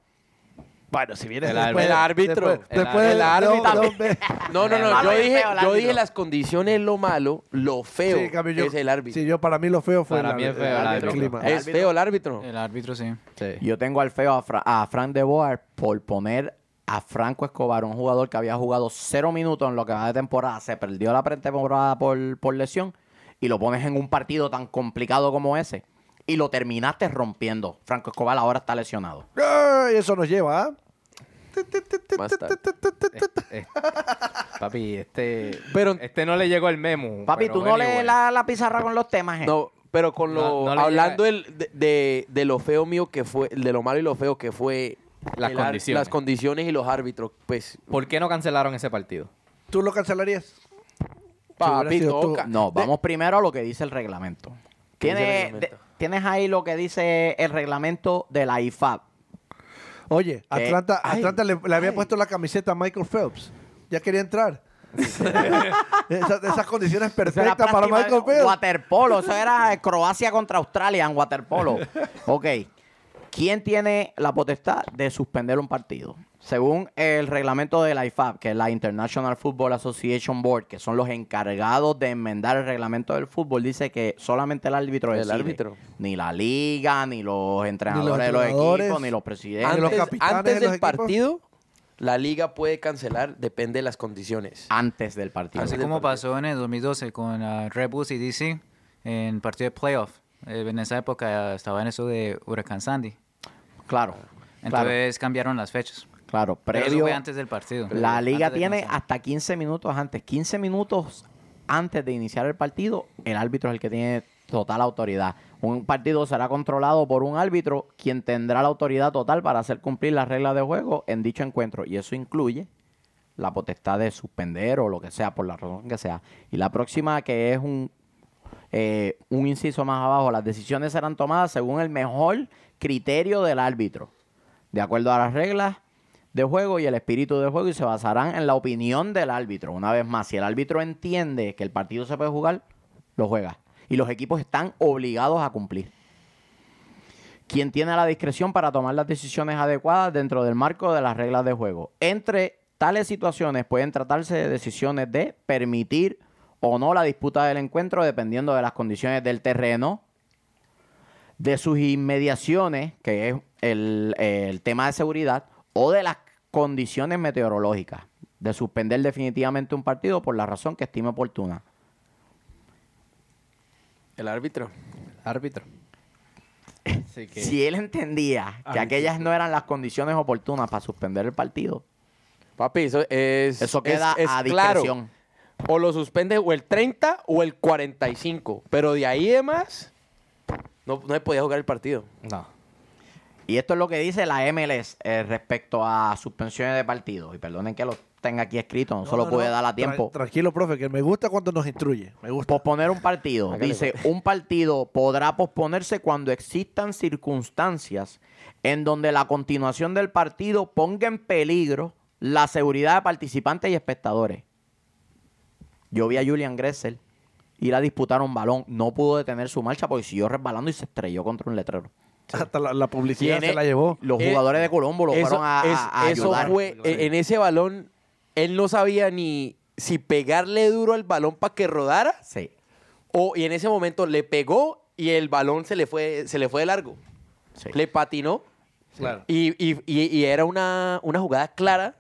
Speaker 3: Bueno, si viene
Speaker 4: El
Speaker 3: después-
Speaker 2: el árbitro.
Speaker 3: después-
Speaker 4: El
Speaker 3: Después
Speaker 2: árbitro.
Speaker 3: de-
Speaker 2: El
Speaker 3: de-
Speaker 2: árbitro.
Speaker 3: de- de-
Speaker 2: No, no,
Speaker 1: El
Speaker 2: no.
Speaker 1: malo
Speaker 2: Yo
Speaker 1: y el
Speaker 2: dije,
Speaker 1: feo, el
Speaker 2: yo
Speaker 1: árbitro.
Speaker 2: dije las condiciones, lo malo, lo feo
Speaker 3: Sí, en cambio, yo-
Speaker 2: es el árbitro.
Speaker 3: Sí, yo para mí lo feo fue
Speaker 4: Para
Speaker 3: el,
Speaker 4: mí
Speaker 3: ar-
Speaker 4: es feo el árbitro.
Speaker 3: clima.
Speaker 2: es feo el árbitro.
Speaker 6: El árbitro sí.
Speaker 4: Sí.
Speaker 1: Yo tengo al feo a, Fra- a Frank de Boer por poner a Franco Escobar, un jugador que había jugado cero minutos en lo que va de temporada, se perdió la pretemporada por, por lesión y lo pones en un partido tan complicado como ese y lo terminaste rompiendo. Franco Escobar ahora está lesionado.
Speaker 3: Ah, y eso nos lleva, ¿ah?
Speaker 2: Más tarde.
Speaker 4: Eh, papi, este.
Speaker 2: Pero-
Speaker 4: este no le llegó el memo.
Speaker 1: Papi,
Speaker 4: pero
Speaker 1: tú no
Speaker 4: anyway.
Speaker 1: lees la, la pizarra con los temas, eh?
Speaker 2: No, pero con lo.
Speaker 4: No- no le
Speaker 2: hablando del- de, de- de lo feo mío que fue, de lo malo y lo feo que fue.
Speaker 4: Las
Speaker 2: el ar-
Speaker 4: condiciones.
Speaker 2: Las condiciones y los árbitros. Pues,
Speaker 4: ¿Por qué no cancelaron ese partido?
Speaker 3: ¿Tú lo cancelarías?
Speaker 2: papi,
Speaker 3: sido tú-
Speaker 2: toca.
Speaker 1: No,
Speaker 2: De-
Speaker 1: vamos primero a lo que dice el reglamento.
Speaker 2: ¿Qué dice el
Speaker 1: Tiene-
Speaker 2: reglamento?
Speaker 1: de- tienes ahí lo que dice el reglamento de la IFAB.
Speaker 3: Oye, Atlanta,
Speaker 1: ay,
Speaker 3: Atlanta le, le había puesto la camiseta a Michael Phelps. Ya quería entrar. Esa- esas condiciones
Speaker 1: Eso era
Speaker 3: perfectas para
Speaker 1: práctica
Speaker 3: Michael
Speaker 1: de
Speaker 3: Phelps.
Speaker 1: Waterpolo, eso era Croacia contra Australia en waterpolo. ok. ¿Quién tiene la potestad de suspender un partido? Según el reglamento de la IFAB, que es la International Football Association Board, que son los encargados de enmendar el reglamento del fútbol, dice que solamente el árbitro
Speaker 2: El
Speaker 1: decide.
Speaker 2: árbitro.
Speaker 1: Ni la liga, ni los entrenadores, de los
Speaker 3: entrenadores.
Speaker 1: equipos, ni los presidentes.
Speaker 2: Antes,
Speaker 3: los capitanes
Speaker 2: antes
Speaker 3: de
Speaker 2: del
Speaker 3: los equipos.
Speaker 2: partido, la liga puede cancelar, depende de las condiciones.
Speaker 1: antes del partido.
Speaker 6: Así
Speaker 2: del
Speaker 6: como
Speaker 2: partido.
Speaker 6: pasó en el 2012 con ah, Red Bulls y DC en partido de playoff. Eh, en esa época ah, estaba en eso de Huracán Sandy.
Speaker 1: Claro. Claro,
Speaker 6: Entonces cambiaron las fechas.
Speaker 1: claro.
Speaker 6: Pero eso
Speaker 1: Previo,
Speaker 6: fue antes del partido.
Speaker 1: la liga
Speaker 6: Antes de
Speaker 1: tiene
Speaker 6: comenzar.
Speaker 1: hasta 15 minutos antes. 15 minutos antes de iniciar el partido, el árbitro es el que tiene total autoridad. Un partido será controlado por un árbitro quien tendrá la autoridad total para hacer cumplir las reglas de juego en dicho encuentro. Y eso incluye la potestad de suspender o lo que sea, por la razón que sea. Y la próxima, que es un, eh, un inciso más abajo, las decisiones serán tomadas según el mejor criterio del árbitro, de acuerdo a las reglas de juego y el espíritu de juego y se basarán en la opinión del árbitro. Una vez más, si el árbitro entiende que el partido se puede jugar, lo juega. Y los equipos están obligados a cumplir. Quien tiene la discreción para tomar las decisiones adecuadas dentro del marco de las reglas de juego. Entre tales situaciones pueden tratarse de decisiones de permitir o no la disputa del encuentro dependiendo de las condiciones del terreno, de sus inmediaciones, que es el, el tema de seguridad, o de las condiciones meteorológicas, de suspender definitivamente un partido por la razón que estime oportuna.
Speaker 2: El árbitro.
Speaker 4: Árbitro. Así que
Speaker 1: Si él entendía que aquellas no eran las condiciones oportunas para suspender el partido,
Speaker 2: Papi, eso es.
Speaker 1: eso
Speaker 2: es-
Speaker 1: queda
Speaker 2: es
Speaker 1: a
Speaker 2: claro.
Speaker 1: discreción.
Speaker 2: O lo suspende o el 30 o el 45. Pero de ahí demás, no, no se podía jugar el partido.
Speaker 4: no.
Speaker 1: Y esto es lo que dice la MLS eh, respecto a suspensiones de partidos. Y perdonen que lo tenga aquí escrito, no, solo puede dar a
Speaker 3: Tra-
Speaker 1: tiempo.
Speaker 3: tranquilo, profe, que me gusta cuando nos instruye. Me gusta.
Speaker 1: Posponer un partido. Dice,
Speaker 2: pues.
Speaker 1: un partido podrá posponerse cuando existan circunstancias en donde la continuación del partido ponga en peligro la seguridad de participantes y espectadores. Yo vi a Julian Gressel ir a disputar un balón. No pudo detener su marcha porque siguió resbalando y se estrelló contra un letrero.
Speaker 3: Hasta la, la publicidad
Speaker 1: Tiene-
Speaker 3: se la llevó.
Speaker 1: Los
Speaker 2: Eh,
Speaker 1: jugadores de Colombo lo fueron a,
Speaker 2: es-
Speaker 1: a- a
Speaker 2: eso
Speaker 1: ayudar.
Speaker 2: fue, en, en ese balón, él no sabía ni si pegarle duro al balón para que rodara
Speaker 1: Sí.
Speaker 2: o y en ese momento le pegó y el balón se le fue, se le fue de largo.
Speaker 1: Sí.
Speaker 2: Le patinó
Speaker 3: Claro.
Speaker 2: y, y- y- y era una, una jugada clara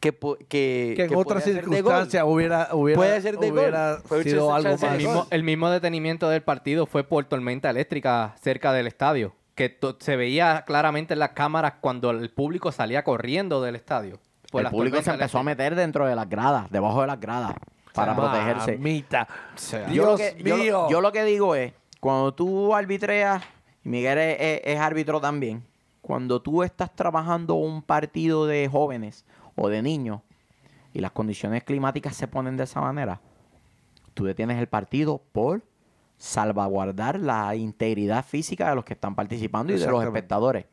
Speaker 2: que, po- que,
Speaker 3: Que en
Speaker 2: que
Speaker 3: otras
Speaker 2: podía ser de gol.
Speaker 3: circunstancias hubiera, hubiera,
Speaker 2: Puede ser de gol.
Speaker 3: hubiera
Speaker 2: Fue un
Speaker 3: sido
Speaker 2: chance-
Speaker 3: algo
Speaker 2: chance de
Speaker 4: El
Speaker 3: más.
Speaker 2: gol.
Speaker 4: mismo, el mismo detenimiento del partido fue por tormenta eléctrica cerca del estadio, que to- se veía claramente en las cámaras cuando el público salía corriendo del estadio.
Speaker 2: pues,
Speaker 4: por
Speaker 1: el
Speaker 4: las
Speaker 1: público se
Speaker 4: tormentas
Speaker 1: empezó a
Speaker 4: eléctricas.
Speaker 1: meter dentro de las gradas, debajo de las gradas, para protegerse.
Speaker 3: Mamita.
Speaker 1: yo, lo
Speaker 3: Dios
Speaker 1: que, yo lo-
Speaker 3: mío.
Speaker 1: yo lo que digo es, cuando tú arbitreas, y Miguel es, es- es árbitro también, cuando tú estás trabajando un partido de jóvenes o de niños y las condiciones climáticas se ponen de esa manera, tú detienes el partido por salvaguardar la integridad física de los que están participando y de los
Speaker 3: Exactamente.
Speaker 1: espectadores.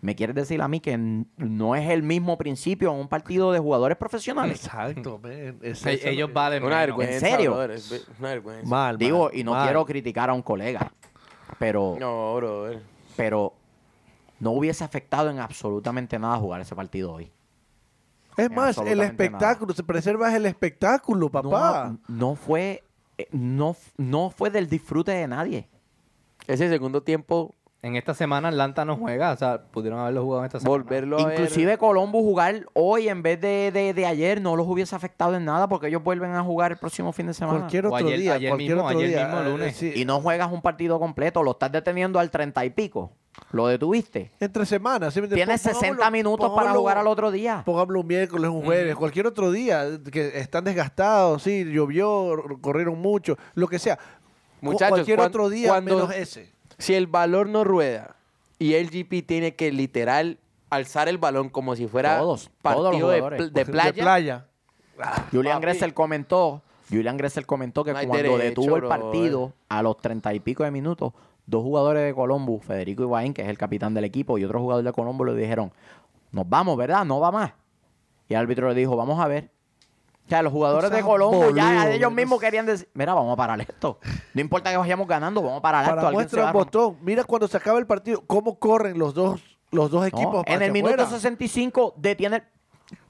Speaker 1: ¿Me quieres decir a mí que n- no es el mismo principio en un partido de jugadores profesionales?
Speaker 3: Exacto, man. Es
Speaker 4: E-
Speaker 3: eso
Speaker 4: ellos
Speaker 3: lo que-
Speaker 4: valen
Speaker 2: Una
Speaker 4: menos.
Speaker 2: vergüenza.
Speaker 1: serio?
Speaker 2: brother, es ve- Una vergüenza.
Speaker 3: Mal,
Speaker 1: Digo,
Speaker 3: mal,
Speaker 1: y no
Speaker 3: mal.
Speaker 1: quiero criticar a un colega, pero,
Speaker 2: No, brother.
Speaker 1: pero no hubiese afectado en absolutamente nada jugar ese partido hoy.
Speaker 3: Es más, el
Speaker 1: absolutamente
Speaker 3: espectáculo, se preserva el espectáculo, papá.
Speaker 1: No, no fue eh, no, f- no fue del disfrute de nadie.
Speaker 2: Ese segundo tiempo,
Speaker 4: En esta semana Atlanta no juega, o sea, pudieron haberlo jugado en esta semana.
Speaker 2: volverlo a ver-
Speaker 1: Inclusive Colombo jugar hoy en vez de, de- de ayer no los hubiese afectado en nada porque ellos vuelven a jugar el próximo fin de semana.
Speaker 3: Cualquier
Speaker 4: O
Speaker 3: otro
Speaker 4: ayer-
Speaker 3: día,
Speaker 4: ayer
Speaker 3: cualquier
Speaker 4: mismo,
Speaker 3: otro
Speaker 4: ayer
Speaker 3: día.
Speaker 4: mismo,
Speaker 3: eh,
Speaker 4: lunes.
Speaker 3: sí.
Speaker 1: Y no juegas un partido completo, lo estás deteniendo al treinta y pico. Lo detuviste.
Speaker 3: Entre semanas. ¿sí me entiendes?
Speaker 1: Tienes
Speaker 3: Pongámoslo-
Speaker 1: 60 minutos para
Speaker 3: pongámoslo-
Speaker 1: jugar al otro día.
Speaker 3: Pongámoslo un miércoles, un jueves, cualquier otro día, que están desgastados, sí, llovió, r- corrieron mucho, lo que sea. Cu-
Speaker 2: Muchachos,
Speaker 3: cualquier
Speaker 2: cuan-
Speaker 3: otro día
Speaker 2: cuando-
Speaker 3: menos ese.
Speaker 2: Si el valor no rueda y el GP tiene que literal alzar el balón como si fuera
Speaker 1: Todos, todos los
Speaker 2: partido de,
Speaker 1: jugadores.
Speaker 2: pl- de playa,
Speaker 3: De playa.
Speaker 1: Julian
Speaker 2: Papi.
Speaker 1: Gressel comentó, Julian Gressel comentó que
Speaker 2: No hay
Speaker 1: cuando
Speaker 2: derecho,
Speaker 1: detuvo el
Speaker 2: brother.
Speaker 1: partido a los treinta y pico de minutos, dos jugadores de Colombo, Federico Higuaín, que es el capitán del equipo, y otro jugador de Colombo le dijeron, nos vamos, ¿verdad? No va más. Y el árbitro le dijo, vamos a ver. O sea, los jugadores
Speaker 3: No
Speaker 1: de
Speaker 3: seas
Speaker 1: Colombo ya
Speaker 3: boludo,
Speaker 1: ellos
Speaker 3: no
Speaker 1: mismos
Speaker 3: seas-
Speaker 1: querían decir, mira, vamos a parar esto. No importa que vayamos ganando, vamos a parar esto.
Speaker 3: Para
Speaker 1: Alguien se
Speaker 3: muestra
Speaker 1: va a
Speaker 3: un
Speaker 1: romper".
Speaker 3: botón. Mira cuando se acaba el partido, cómo corren los dos, los dos
Speaker 1: No,
Speaker 3: equipos.
Speaker 1: en
Speaker 3: hacia
Speaker 1: el minuto
Speaker 3: afuera.
Speaker 1: 65 detiene,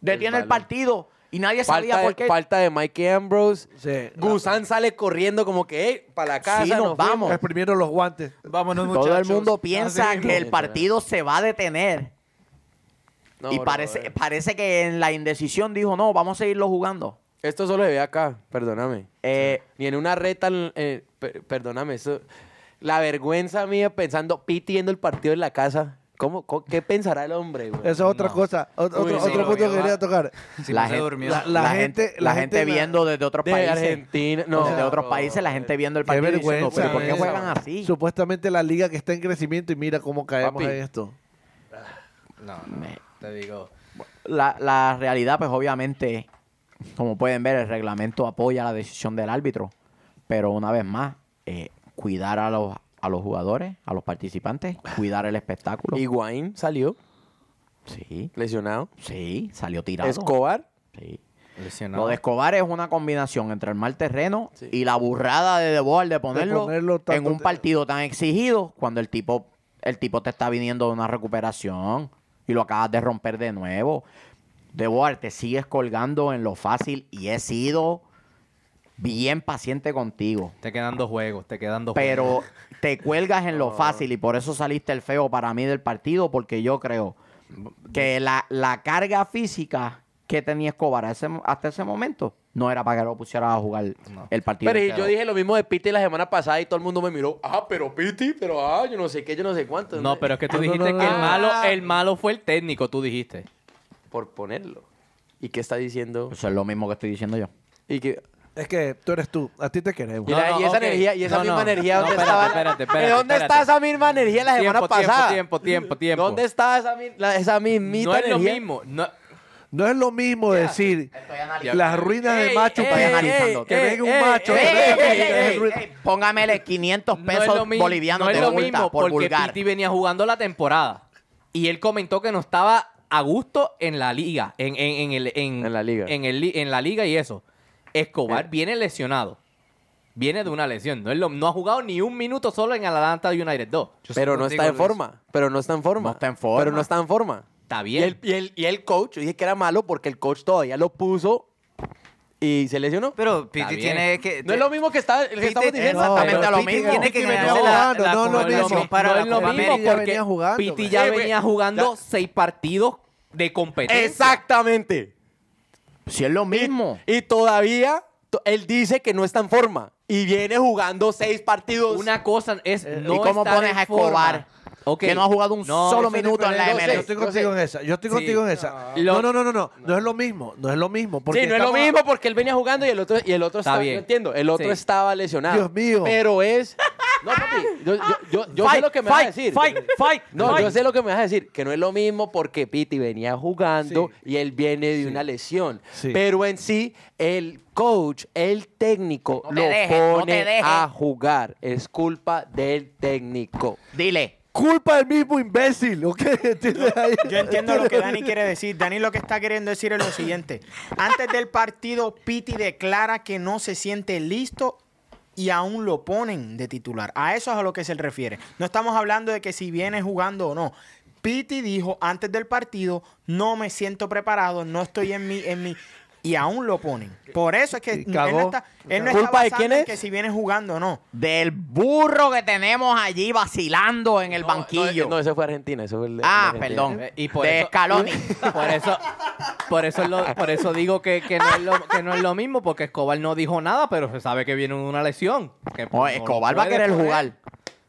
Speaker 1: detiene el,
Speaker 2: balón.
Speaker 1: partido y nadie sabía
Speaker 2: falta,
Speaker 1: por
Speaker 2: de,
Speaker 1: qué.
Speaker 2: falta de Mike Ambrose,
Speaker 3: Sí.
Speaker 2: Gusán sale corriendo como que, para la casa,
Speaker 1: Sí, nos
Speaker 2: fuimos".
Speaker 1: vamos.
Speaker 3: Exprimiendo los guantes.
Speaker 6: Vámonos, muchachos.
Speaker 1: Todo el
Speaker 2: Ah,
Speaker 1: mundo
Speaker 6: Así
Speaker 1: piensa
Speaker 6: mismo.
Speaker 1: que el partido se va a detener.
Speaker 2: No,
Speaker 1: y
Speaker 2: bro,
Speaker 1: parece,
Speaker 2: eh.
Speaker 1: parece que en la indecisión dijo, no, vamos a seguirlo jugando.
Speaker 2: Esto solo se ve acá, perdóname.
Speaker 1: Eh,
Speaker 2: Ni en una reta, eh, per- perdóname, eso, la vergüenza mía pensando, Piti viendo el partido en la casa. ¿Cómo, co- ¿Qué pensará el hombre, güey?
Speaker 3: Esa es otra cosa. Ot- Otro,
Speaker 2: Uy, sí,
Speaker 3: otro
Speaker 2: lo
Speaker 3: punto
Speaker 2: veo,
Speaker 3: que quería
Speaker 2: ah.
Speaker 3: tocar.
Speaker 6: Sí,
Speaker 1: la,
Speaker 6: no se
Speaker 1: gen-
Speaker 6: durmió.
Speaker 1: la-
Speaker 3: La
Speaker 1: la
Speaker 3: gente-
Speaker 1: gente, la
Speaker 3: la
Speaker 1: gente
Speaker 3: gente-
Speaker 1: viendo desde otros
Speaker 2: De
Speaker 1: países.
Speaker 2: Argentina, no.
Speaker 1: desde otros
Speaker 2: bro.
Speaker 1: países la gente viendo el
Speaker 3: Qué
Speaker 1: partido. diciendo,
Speaker 3: vergüenza.
Speaker 1: Pero ¿por qué
Speaker 3: esa.
Speaker 1: juegan así?
Speaker 3: Supuestamente la liga que está en crecimiento y mira cómo caemos
Speaker 2: Papi.
Speaker 3: en esto.
Speaker 4: No, no, te digo.
Speaker 1: la, la realidad, pues obviamente, como pueden ver, el reglamento apoya la decisión del árbitro. Pero una vez más, eh, cuidar a los, a los jugadores, a los participantes, cuidar el espectáculo.
Speaker 2: Higuaín salió.
Speaker 1: Sí,
Speaker 2: lesionado.
Speaker 1: sí, salió tirado.
Speaker 2: Escobar.
Speaker 1: Sí.
Speaker 4: Lesionado.
Speaker 1: Lo de Escobar es una combinación entre el mal terreno
Speaker 2: Sí.
Speaker 1: y la burrada de De Boer de ponerlo,
Speaker 3: ponerlo tanto
Speaker 1: en un
Speaker 3: te-
Speaker 1: partido tan exigido cuando el tipo, el tipo te está viniendo de una recuperación y lo acabas de romper de nuevo. De Boer, te sigues colgando en lo fácil y he sido bien paciente contigo.
Speaker 4: Te quedan dos juegos, te quedan dos
Speaker 1: Pero
Speaker 4: juegos.
Speaker 1: te cuelgas en lo fácil y por eso saliste el feo para mí del partido, porque yo creo que la, la carga física que tenía Escobar a ese mo- hasta ese momento no era para que lo pusieran a jugar el partido.
Speaker 2: Pero y
Speaker 1: entero.
Speaker 2: yo dije lo mismo de Piti la semana pasada y todo el mundo me miró. Ah, pero Piti, pero ah, yo no sé qué, yo no sé cuánto.
Speaker 4: No, pero es que tú
Speaker 3: No, no,
Speaker 4: dijiste
Speaker 3: no,
Speaker 4: que el
Speaker 3: no.
Speaker 4: malo, el malo fue el técnico, tú dijiste.
Speaker 2: Por ponerlo. ¿Y qué está diciendo?
Speaker 4: Pues,
Speaker 1: Eso es lo mismo que estoy diciendo yo.
Speaker 2: Y que...
Speaker 3: Es que tú eres tú, a ti te queremos.
Speaker 2: Y, la-
Speaker 4: no,
Speaker 2: y esa
Speaker 4: ok.
Speaker 2: energía, y esa
Speaker 4: No,
Speaker 2: misma
Speaker 4: no.
Speaker 2: energía,
Speaker 4: No,
Speaker 2: ¿dónde
Speaker 4: espérate,
Speaker 2: estaba?
Speaker 4: espérate, espérate,
Speaker 2: ¿Eh, ¿Dónde está
Speaker 4: espérate.
Speaker 2: esa misma energía la semana
Speaker 4: Tiempo, tiempo,
Speaker 2: pasada?
Speaker 4: tiempo, tiempo, tiempo.
Speaker 2: ¿Dónde está esa, mi- la- esa mismita
Speaker 4: No es lo
Speaker 2: energía?
Speaker 4: mismo. No,
Speaker 3: No es lo mismo decir
Speaker 1: analizando.
Speaker 3: las ruinas de
Speaker 2: Ey,
Speaker 3: Machu
Speaker 2: ey,
Speaker 1: estoy
Speaker 3: Picchu,
Speaker 1: analizando.
Speaker 3: que
Speaker 2: ey,
Speaker 3: venga un
Speaker 2: ey,
Speaker 3: macho,
Speaker 2: ey,
Speaker 3: que venga
Speaker 2: ey,
Speaker 3: Picchu,
Speaker 2: ey,
Speaker 3: es ruin-
Speaker 1: Póngamele 500
Speaker 4: no es
Speaker 1: pesos
Speaker 4: lo mismo,
Speaker 1: bolivianos
Speaker 4: no es
Speaker 1: de
Speaker 4: lo
Speaker 1: multa
Speaker 4: mismo
Speaker 1: por
Speaker 4: porque
Speaker 1: vulgar.
Speaker 4: Pitti venía jugando la temporada y él comentó que no estaba a gusto en la liga, en, en- en el, en,
Speaker 2: En la liga.
Speaker 4: en, el li- en la liga y eso. Escobar
Speaker 2: Eh.
Speaker 4: viene lesionado, viene de una lesión, no, es lo- no ha jugado ni un minuto solo en Atlanta United 2.
Speaker 6: Yo estoy
Speaker 2: Pero no
Speaker 6: contigo,
Speaker 2: está en
Speaker 6: Luis.
Speaker 2: forma. Pero no está en forma.
Speaker 1: No está en forma.
Speaker 2: Pero no está en forma.
Speaker 4: Está
Speaker 2: Y
Speaker 4: bien.
Speaker 2: el, y, el, y el coach, yo dije que era malo porque el coach todavía lo puso y se lesionó.
Speaker 6: Pero
Speaker 4: Está
Speaker 6: Piti
Speaker 4: bien.
Speaker 6: tiene que.
Speaker 2: no es lo mismo que, está, el que
Speaker 6: Piti-
Speaker 2: estamos diciendo.
Speaker 6: no,
Speaker 1: Exactamente
Speaker 6: pero
Speaker 1: lo
Speaker 6: Piti
Speaker 1: mismo.
Speaker 6: Tiene que
Speaker 3: Piti venía
Speaker 6: ganarse la,
Speaker 3: jugando,
Speaker 6: la
Speaker 3: no,
Speaker 4: no
Speaker 3: no,
Speaker 4: es lo
Speaker 6: conversación
Speaker 4: mismo,
Speaker 6: para
Speaker 4: no
Speaker 6: la
Speaker 4: es lo
Speaker 6: Copa
Speaker 4: mismo
Speaker 6: América.
Speaker 4: porque
Speaker 3: venía jugando,
Speaker 4: Pitti
Speaker 3: man.
Speaker 4: ya
Speaker 2: Eh, güey,
Speaker 4: venía jugando
Speaker 2: ya-
Speaker 4: seis partidos de competencia.
Speaker 2: Exactamente.
Speaker 1: Si es lo mismo.
Speaker 2: Y todavía to- él dice que no está en forma. Y viene jugando seis partidos.
Speaker 4: Una cosa es no
Speaker 1: Eh, ¿Y cómo
Speaker 4: estar
Speaker 1: pones
Speaker 4: en
Speaker 1: a Escobar?
Speaker 4: forma. Ok.
Speaker 1: Que no ha jugado un
Speaker 4: No,
Speaker 1: solo
Speaker 3: eso es
Speaker 1: minuto en la
Speaker 3: diferente.
Speaker 1: MLS.
Speaker 3: Yo estoy contigo en esa. Yo estoy
Speaker 4: Sí.
Speaker 3: contigo en esa.
Speaker 4: Lo-
Speaker 3: No, no, no, no, no. No es lo mismo. No es lo mismo. porque
Speaker 2: sí, no es lo
Speaker 3: estamos-
Speaker 2: mismo porque él venía jugando y el otro, y el otro
Speaker 4: Está
Speaker 2: estaba,
Speaker 4: bien.
Speaker 2: yo entiendo, el otro
Speaker 4: Sí.
Speaker 2: estaba lesionado.
Speaker 3: Dios mío.
Speaker 2: Pero es... No, papi, yo, yo- yo- yo sé
Speaker 1: Fight,
Speaker 2: lo que me vas a
Speaker 1: fight,
Speaker 2: decir.
Speaker 1: Fight, fight,
Speaker 2: No,
Speaker 1: fight.
Speaker 2: yo sé lo que me vas a decir, que no es lo mismo porque Piti venía jugando y él viene de una lesión.
Speaker 3: Sí.
Speaker 2: Pero en sí, el coach, el técnico,
Speaker 1: No te
Speaker 2: lo
Speaker 1: dejes, no te
Speaker 2: pone
Speaker 1: dejes.
Speaker 2: a jugar. Es culpa del técnico.
Speaker 1: Dile.
Speaker 3: Culpa del mismo imbécil. ¿ok? ¿Entiendes ahí?
Speaker 5: Yo entiendo lo que Dani quiere decir. Dani lo que está queriendo decir es lo siguiente. Antes del partido, Piti declara que no se siente listo y aún lo ponen de titular. A eso es a lo que se refiere. No estamos hablando de que si viene jugando o no. Piti dijo antes del partido, no me siento preparado, no estoy en mi... En mi y aún lo ponen. Por eso es que
Speaker 3: Y
Speaker 5: él
Speaker 3: cagó.
Speaker 5: no está, él no
Speaker 2: ¿Culpa
Speaker 5: está
Speaker 2: de
Speaker 5: basando
Speaker 2: quién
Speaker 5: en
Speaker 2: es?
Speaker 5: que si viene jugando o no.
Speaker 1: Del burro que tenemos allí vacilando en el
Speaker 2: No,
Speaker 1: banquillo.
Speaker 2: No, no, eso fue Argentina, eso fue el de-
Speaker 1: ah,
Speaker 2: el de Argentina.
Speaker 1: perdón.
Speaker 4: Eh, y por
Speaker 1: de
Speaker 4: eso-
Speaker 1: Scaloni.
Speaker 4: Por eso, por eso, es lo- por eso digo que, que no es lo, que no es lo mismo, porque Escobar no dijo nada, pero se sabe que viene una lesión. que,
Speaker 1: No,
Speaker 4: pues, no
Speaker 1: Escobar va a
Speaker 4: puede Ah.
Speaker 1: querer
Speaker 4: poner.
Speaker 1: jugar.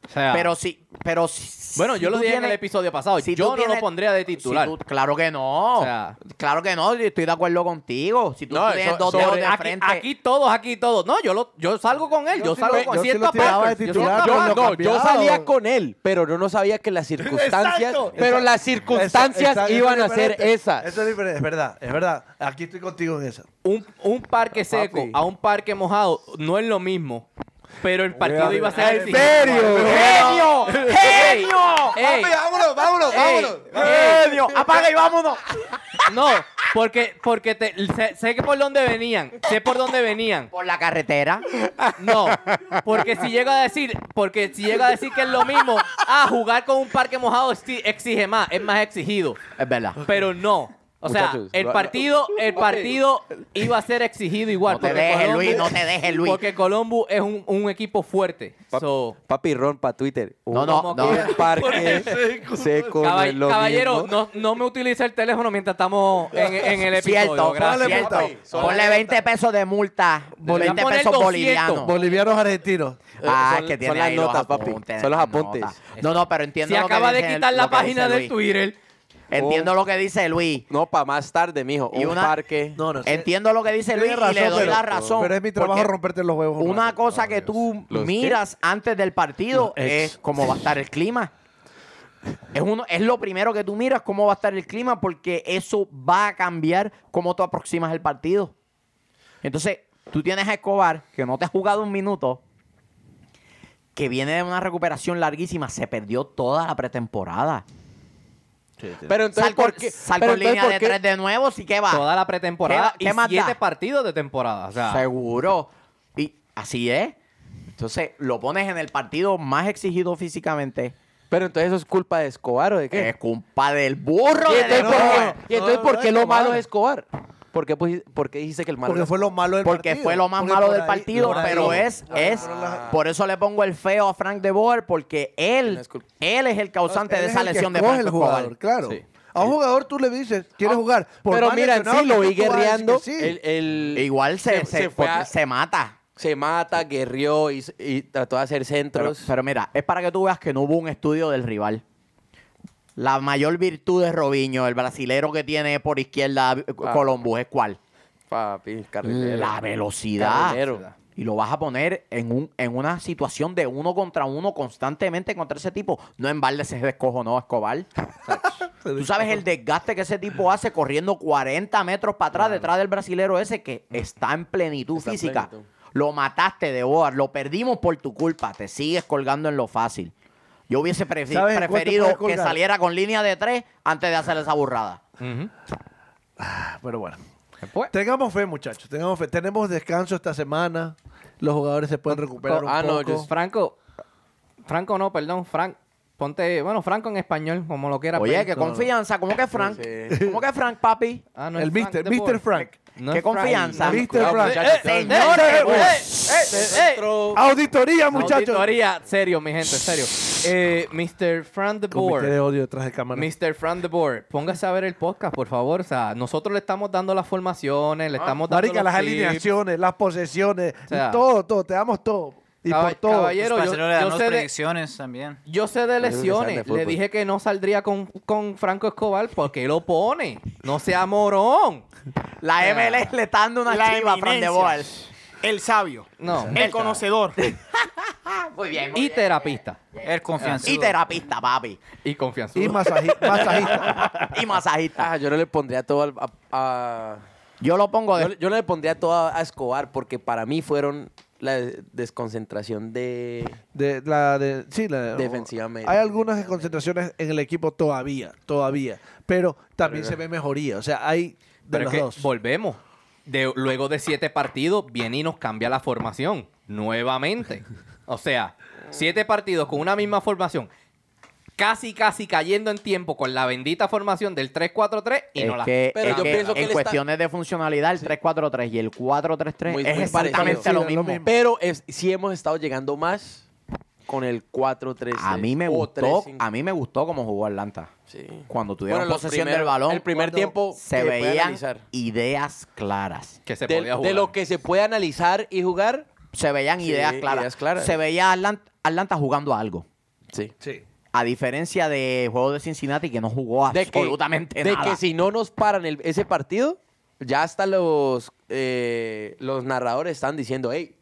Speaker 4: O sea,
Speaker 1: Pero sí, pero si-
Speaker 4: bueno,
Speaker 1: si
Speaker 4: yo lo
Speaker 1: tú
Speaker 4: dije en
Speaker 1: tienes-
Speaker 4: el episodio pasado.
Speaker 1: si tú
Speaker 4: yo no
Speaker 1: tienes-
Speaker 4: lo pondría de titular.
Speaker 1: si tú- claro que no.
Speaker 4: O sea-
Speaker 1: claro que no, yo estoy de acuerdo contigo. Si tú
Speaker 2: No,
Speaker 1: tienes
Speaker 2: eso-
Speaker 1: dos
Speaker 2: sobre-
Speaker 1: dedos de
Speaker 4: aquí,
Speaker 1: frente.
Speaker 4: aquí todos, aquí todos. No, yo lo, yo salgo con él. Yo,
Speaker 3: Yo sí
Speaker 4: salgo
Speaker 3: lo-
Speaker 4: con
Speaker 3: yo sí
Speaker 4: siento
Speaker 3: lo
Speaker 4: a
Speaker 3: tiraba
Speaker 4: Peppers,
Speaker 3: de
Speaker 4: yo siento a
Speaker 3: titular,
Speaker 2: Yo,
Speaker 4: Peppers.
Speaker 3: pero lo
Speaker 2: no, yo
Speaker 3: cambiaron.
Speaker 2: salía con él, pero yo no sabía que las circunstancias,
Speaker 4: Exacto.
Speaker 2: pero
Speaker 3: Esa-
Speaker 2: las circunstancias
Speaker 3: esa- esa- eso
Speaker 2: iban
Speaker 3: es
Speaker 2: a ser
Speaker 3: diferente.
Speaker 2: esas.
Speaker 3: Eso es diferente, es verdad, es verdad. Aquí estoy contigo en esa.
Speaker 4: un, un parque seco
Speaker 2: Papi.
Speaker 4: a un parque mojado no es lo mismo. Pero el partido iba a ser
Speaker 3: ¿En
Speaker 4: exigente.
Speaker 3: serio?
Speaker 1: ¡Genio! ¡Genio!
Speaker 4: Ey,
Speaker 2: vámonos, vámonos,
Speaker 4: ey,
Speaker 1: ¡Genio! ¡Apaga y vámonos!
Speaker 4: No, porque, porque te- sé, sé que por dónde venían. Sé por dónde venían.
Speaker 1: Por la carretera.
Speaker 4: No, porque si llega a decir, porque si llega a decir que es lo mismo, ah, jugar con un parque mojado exi- exige más, es más exigido.
Speaker 1: Es verdad.
Speaker 4: Pero no. O sea,
Speaker 2: Muchachos,
Speaker 4: el
Speaker 2: lo-
Speaker 4: partido, el partido iba a ser exigido igual.
Speaker 1: No te
Speaker 4: porque
Speaker 1: dejes,
Speaker 4: Columbus-
Speaker 1: Luis, no te dejes, Luis.
Speaker 4: Porque Columbus es un, un equipo fuerte. So,
Speaker 2: Papi Ron para Twitter.
Speaker 1: No, no,
Speaker 4: como
Speaker 1: no.
Speaker 4: que-
Speaker 2: Un parque seco no
Speaker 4: caball-
Speaker 2: es lo
Speaker 4: caballero,
Speaker 2: mismo.
Speaker 4: no, no me utilice el teléfono mientras estamos en, en el episodio.
Speaker 1: Cierto,
Speaker 4: gracias.
Speaker 1: cierto.
Speaker 2: papi, son
Speaker 1: Ponle
Speaker 2: las
Speaker 1: 20 pesos de multa.
Speaker 4: Deberían
Speaker 1: 20
Speaker 4: poner
Speaker 1: pesos
Speaker 4: 200.
Speaker 1: bolivianos.
Speaker 3: Bolivianos argentinos.
Speaker 1: Ah,
Speaker 2: son-
Speaker 1: es que
Speaker 2: son
Speaker 1: tiene
Speaker 2: las
Speaker 1: ahí
Speaker 2: notas,
Speaker 1: los
Speaker 2: papi.
Speaker 1: apuntes.
Speaker 2: Son los
Speaker 1: las
Speaker 2: apuntes.
Speaker 1: notas. No, no, pero entiendo
Speaker 4: Si
Speaker 1: lo que
Speaker 4: acaba de
Speaker 1: dice-
Speaker 4: quitar
Speaker 1: lo
Speaker 4: la
Speaker 1: que dice
Speaker 4: página del
Speaker 1: Luis.
Speaker 4: Twitter.
Speaker 3: Oh.
Speaker 1: Entiendo lo que dice Luis.
Speaker 2: No, para más tarde, mijo.
Speaker 1: Y
Speaker 2: Un
Speaker 1: una-
Speaker 2: parque.
Speaker 3: No, no. sí.
Speaker 1: Entiendo lo que dice Luis
Speaker 3: Tienes
Speaker 1: y le doy
Speaker 3: pero-
Speaker 1: la razón.
Speaker 3: Pero es mi trabajo
Speaker 1: porque
Speaker 3: romperte los huevos. un
Speaker 1: Una
Speaker 3: rato.
Speaker 1: cosa que tú
Speaker 2: ¿Los qué?
Speaker 1: miras antes del partido
Speaker 3: Los ex.
Speaker 1: es cómo va a estar el clima. Es, uno, es lo primero que tú miras, cómo va a estar el clima, porque eso va a cambiar cómo tú aproximas el partido. Entonces, tú tienes a Escobar, que no te ha jugado un minuto, que viene de una recuperación larguísima, se perdió toda la pretemporada.
Speaker 2: Pero entonces,
Speaker 1: Sal con,
Speaker 2: ¿por qué?
Speaker 1: sal
Speaker 2: pero
Speaker 1: con
Speaker 2: entonces,
Speaker 1: línea
Speaker 2: ¿por
Speaker 1: de
Speaker 2: qué-
Speaker 1: tres de nuevo, sí que va.
Speaker 4: Toda la pretemporada
Speaker 1: ¿Qué- qué más
Speaker 4: y siete
Speaker 1: da?
Speaker 4: partidos de temporada. O sea,
Speaker 1: Seguro. Y así es. Entonces, lo pones en el partido más exigido físicamente.
Speaker 2: Pero entonces eso es culpa de Escobar o de qué?
Speaker 1: Es culpa del burro.
Speaker 2: ¿Y
Speaker 1: de
Speaker 2: entonces,
Speaker 1: Lebron.
Speaker 2: Eh, por qué, y entonces,
Speaker 3: no,
Speaker 2: ¿por
Speaker 3: no,
Speaker 2: qué lo
Speaker 3: Escobar.
Speaker 2: malo es Escobar? ¿Por qué, pusi- por qué dijiste que el malo
Speaker 3: Porque
Speaker 2: es-
Speaker 3: fue lo malo del
Speaker 1: porque
Speaker 3: partido.
Speaker 1: fue lo más
Speaker 3: Porque
Speaker 1: malo
Speaker 3: por
Speaker 1: del
Speaker 3: ahí-
Speaker 1: partido,
Speaker 3: por ahí-
Speaker 1: pero es, es, por eso le pongo el feo a Frank De Boer, porque él,
Speaker 2: es culpa.
Speaker 1: él es el causante
Speaker 3: Él
Speaker 1: de
Speaker 3: es
Speaker 1: esa
Speaker 3: el que
Speaker 1: lesión de
Speaker 3: escoge
Speaker 1: Frank
Speaker 3: el jugador, claro.
Speaker 2: Sí.
Speaker 3: A un jugador tú le dices, ¿quieres
Speaker 2: Ah,
Speaker 3: jugar? Por
Speaker 2: Pero
Speaker 3: más
Speaker 2: mira,
Speaker 3: lesionado
Speaker 2: sí lo
Speaker 3: que
Speaker 2: vi
Speaker 3: tú vas a decir
Speaker 2: guerreando.
Speaker 3: que sí.
Speaker 2: El- el-
Speaker 1: E Igual se, se,
Speaker 2: fue
Speaker 1: porque
Speaker 2: a-
Speaker 1: se mata.
Speaker 2: se mata, guerrió y, y trató de hacer
Speaker 1: Pero,
Speaker 2: centros.
Speaker 1: pero mira, es para que tú veas que no hubo un estudio del rival. La mayor virtud de Robinho, el brasilero que tiene por izquierda eh,
Speaker 3: Ah.
Speaker 1: Columbus, ¿es cuál?
Speaker 2: Papi, carrilero.
Speaker 1: eh, La velocidad.
Speaker 2: Eh, Carrilero.
Speaker 1: Y lo vas a poner en, un, en una situación de uno contra uno constantemente contra ese tipo. No en balde se descojonó no Escobar. Tú sabes el desgaste que ese tipo hace corriendo 40 metros para atrás detrás del brasilero ese que está en plenitud
Speaker 2: Está en
Speaker 1: física.
Speaker 2: plenitud.
Speaker 1: Lo mataste de Boar, lo perdimos por tu culpa. Te sigues colgando en lo fácil. Yo hubiese prefi-
Speaker 3: ¿Sabes en cuál te
Speaker 1: preferido
Speaker 3: puedes
Speaker 1: que
Speaker 3: colgar?
Speaker 1: saliera con línea de tres antes de hacer esa burrada.
Speaker 4: ujú.
Speaker 1: ah,
Speaker 3: Pero bueno.
Speaker 4: Pues,
Speaker 3: Tengamos fe, muchachos. Tengamos fe. Tenemos descanso esta semana. Los jugadores se pueden recuperar un
Speaker 2: ah, no,
Speaker 3: poco.
Speaker 2: yo-
Speaker 4: pues, Franco, Franco no, perdón, Frank, ponte, bueno, Franco en español, como lo quiera.
Speaker 1: Oye,
Speaker 4: pero-
Speaker 1: qué confianza. ¿Cómo que Frank?
Speaker 2: Sí.
Speaker 1: ¿Cómo que Frank, papi?
Speaker 4: Ah, no, es
Speaker 3: el
Speaker 4: Frank
Speaker 3: Mr.
Speaker 4: de
Speaker 3: Mr.
Speaker 4: Boer.
Speaker 3: Frank.
Speaker 4: No
Speaker 1: qué
Speaker 4: es Frank.
Speaker 1: confianza.
Speaker 3: Mr.
Speaker 2: Cuidado,
Speaker 3: Frank.
Speaker 2: muchachos.
Speaker 1: Eh, eh,
Speaker 3: Señores,
Speaker 1: eh,
Speaker 3: güey.
Speaker 1: eh,
Speaker 2: Centro.
Speaker 3: Auditoría, muchachos.
Speaker 4: Auditoría, serio, mi gente, serio. Eh, Mr. Frank de
Speaker 3: Comité
Speaker 4: Boer.
Speaker 3: de odio detrás de cámara.
Speaker 4: Mr. Fran de Board, póngase a ver el podcast, por favor. O sea, nosotros le estamos dando las formaciones,
Speaker 1: Ah,
Speaker 4: le estamos dando
Speaker 3: Marica,
Speaker 4: los
Speaker 3: las
Speaker 4: tips.
Speaker 3: alineaciones, las posesiones,
Speaker 4: O sea,
Speaker 3: todo, todo. Te damos todo. Y
Speaker 4: Caba-
Speaker 3: por todo.
Speaker 4: caballero,
Speaker 6: Los
Speaker 4: yo-
Speaker 6: parceros le dan
Speaker 4: yo
Speaker 6: las
Speaker 4: sé de-
Speaker 6: predicciones también.
Speaker 4: Yo sé de
Speaker 2: Parece que saben de
Speaker 4: lesiones.
Speaker 2: fútbol.
Speaker 4: Le dije que no saldría con, con Franco Escobar porque lo pone. No sea morón.
Speaker 1: La MLS le está dando una
Speaker 5: La
Speaker 1: chiva a Fran de
Speaker 5: eminencia.
Speaker 1: Boer.
Speaker 5: El sabio.
Speaker 4: No.
Speaker 5: El conocedor.
Speaker 1: Muy bien, muy
Speaker 4: Y
Speaker 1: bien.
Speaker 4: terapista.
Speaker 6: El confianzudo.
Speaker 1: Y terapista, papi.
Speaker 4: Y confianza.
Speaker 3: Y masaji- masajista.
Speaker 1: Y masajista.
Speaker 2: Ah, yo no le pondría todo al- a- a-
Speaker 1: Yo lo pongo
Speaker 2: yo,
Speaker 1: de...
Speaker 2: le- yo no le pondría todo a, a Escobar porque para mí fueron la des- desconcentración de
Speaker 3: De, la de, sí, la
Speaker 2: Defensivamente.
Speaker 3: Hay algunas desconcentraciones en el equipo todavía, todavía. Pero también se ve mejoría. O sea, hay de
Speaker 4: Pero
Speaker 3: los
Speaker 4: es que
Speaker 3: dos.
Speaker 4: volvemos. De, luego de siete partidos, viene y nos cambia la formación. Nuevamente. O sea, siete partidos con una misma formación. Casi, casi cayendo en tiempo con la bendita formación del 3-4-3 y
Speaker 1: es
Speaker 4: no la.
Speaker 1: que,
Speaker 2: Pero
Speaker 1: es
Speaker 2: yo
Speaker 1: que
Speaker 2: pienso que él
Speaker 1: en
Speaker 2: está-
Speaker 1: cuestiones de funcionalidad, el 3-4-3 y el 4-3-3
Speaker 2: Muy-
Speaker 1: es
Speaker 2: muy
Speaker 1: exactamente
Speaker 2: parecido.
Speaker 1: lo
Speaker 3: Sí, lo
Speaker 1: mismo.
Speaker 3: mismo.
Speaker 2: pero es, sí hemos estado llegando más con el 4-3
Speaker 1: A mí me
Speaker 2: o
Speaker 1: gustó,
Speaker 2: 3-5.
Speaker 1: a mí me gustó cómo jugó Atlanta.
Speaker 2: Sí.
Speaker 1: Cuando tuvieron
Speaker 2: Bueno, los
Speaker 1: posesión
Speaker 2: primeros-
Speaker 1: del balón,
Speaker 2: el primer
Speaker 1: cuando
Speaker 2: tiempo
Speaker 1: se
Speaker 2: que puede
Speaker 1: veían
Speaker 2: analizar.
Speaker 1: ideas claras.
Speaker 4: que se
Speaker 2: de,
Speaker 4: podía
Speaker 2: de
Speaker 4: jugar.
Speaker 2: lo que se puede analizar y jugar
Speaker 1: Se veían
Speaker 2: Sí,
Speaker 1: ideas, claras.
Speaker 2: ideas claras.
Speaker 1: Se veía Atlanta, Atlanta jugando a algo.
Speaker 2: sí
Speaker 3: Sí.
Speaker 1: A diferencia de juego de Cincinnati que no jugó absolutamente
Speaker 2: de
Speaker 1: nada.
Speaker 2: que si no nos paran el- ese partido, ya hasta los, eh, los narradores están diciendo, hey,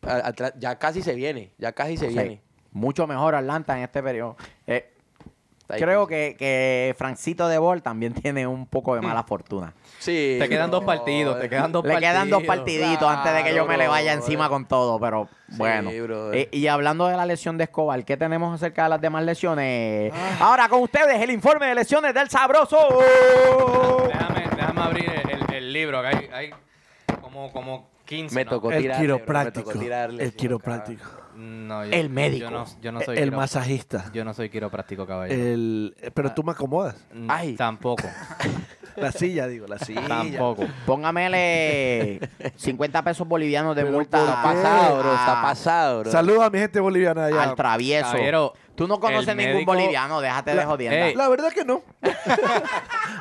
Speaker 2: ya casi se viene, ya casi se
Speaker 1: Sí,
Speaker 2: viene.
Speaker 1: Mucho mejor Atlanta en este periodo. Eh,
Speaker 2: Está
Speaker 1: creo
Speaker 2: difícil.
Speaker 1: que, que Francito de Bol también tiene un poco de mala fortuna.
Speaker 2: Sí,
Speaker 4: Te quedan dos
Speaker 2: no, eh,
Speaker 4: partidos, te quedan dos
Speaker 1: le
Speaker 4: partidos.
Speaker 1: quedan dos partiditos antes de que yo me le vaya
Speaker 2: Claro,
Speaker 1: encima
Speaker 2: brother.
Speaker 1: con todo, pero bueno. Eh,
Speaker 2: brother.
Speaker 1: Y, y hablando de la lesión de Escobar, ¿qué tenemos acerca de las demás lesiones? Ahora con ustedes el informe de lesiones del sabroso.
Speaker 4: Déjame, déjame abrir el, el- el libro, que hay, hay como, como 15.
Speaker 2: Me
Speaker 4: ¿no?
Speaker 2: tocó
Speaker 3: El
Speaker 2: tirarle, bro, me
Speaker 3: quiropráctico.
Speaker 2: tocó tirarle,
Speaker 3: el
Speaker 2: sí,
Speaker 3: quiropráctico.
Speaker 4: No, yo-
Speaker 1: El médico.
Speaker 4: Yo no, yo no soy
Speaker 3: el Eh,
Speaker 4: quiro-
Speaker 3: masajista.
Speaker 4: Yo no soy quiropráctico, caballero.
Speaker 3: El, pero tú me acomodas.
Speaker 4: Mm,
Speaker 2: ay.
Speaker 4: Tampoco,
Speaker 3: La silla, digo, la silla.
Speaker 4: tampoco.
Speaker 1: Póngamele 50 pesos bolivianos de
Speaker 3: Pero
Speaker 1: multa.
Speaker 3: ¿por
Speaker 2: Está
Speaker 3: qué?
Speaker 2: pasado, bro, está
Speaker 1: a-
Speaker 2: pasado, bro.
Speaker 3: Saluda a mi gente boliviana allá.
Speaker 1: Al travieso.
Speaker 4: Caballero,
Speaker 1: Tú no conoces
Speaker 4: el
Speaker 1: ningún
Speaker 4: médico-
Speaker 1: boliviano, déjate de
Speaker 3: La-
Speaker 1: jodienda.
Speaker 4: Ey.
Speaker 3: La verdad que no.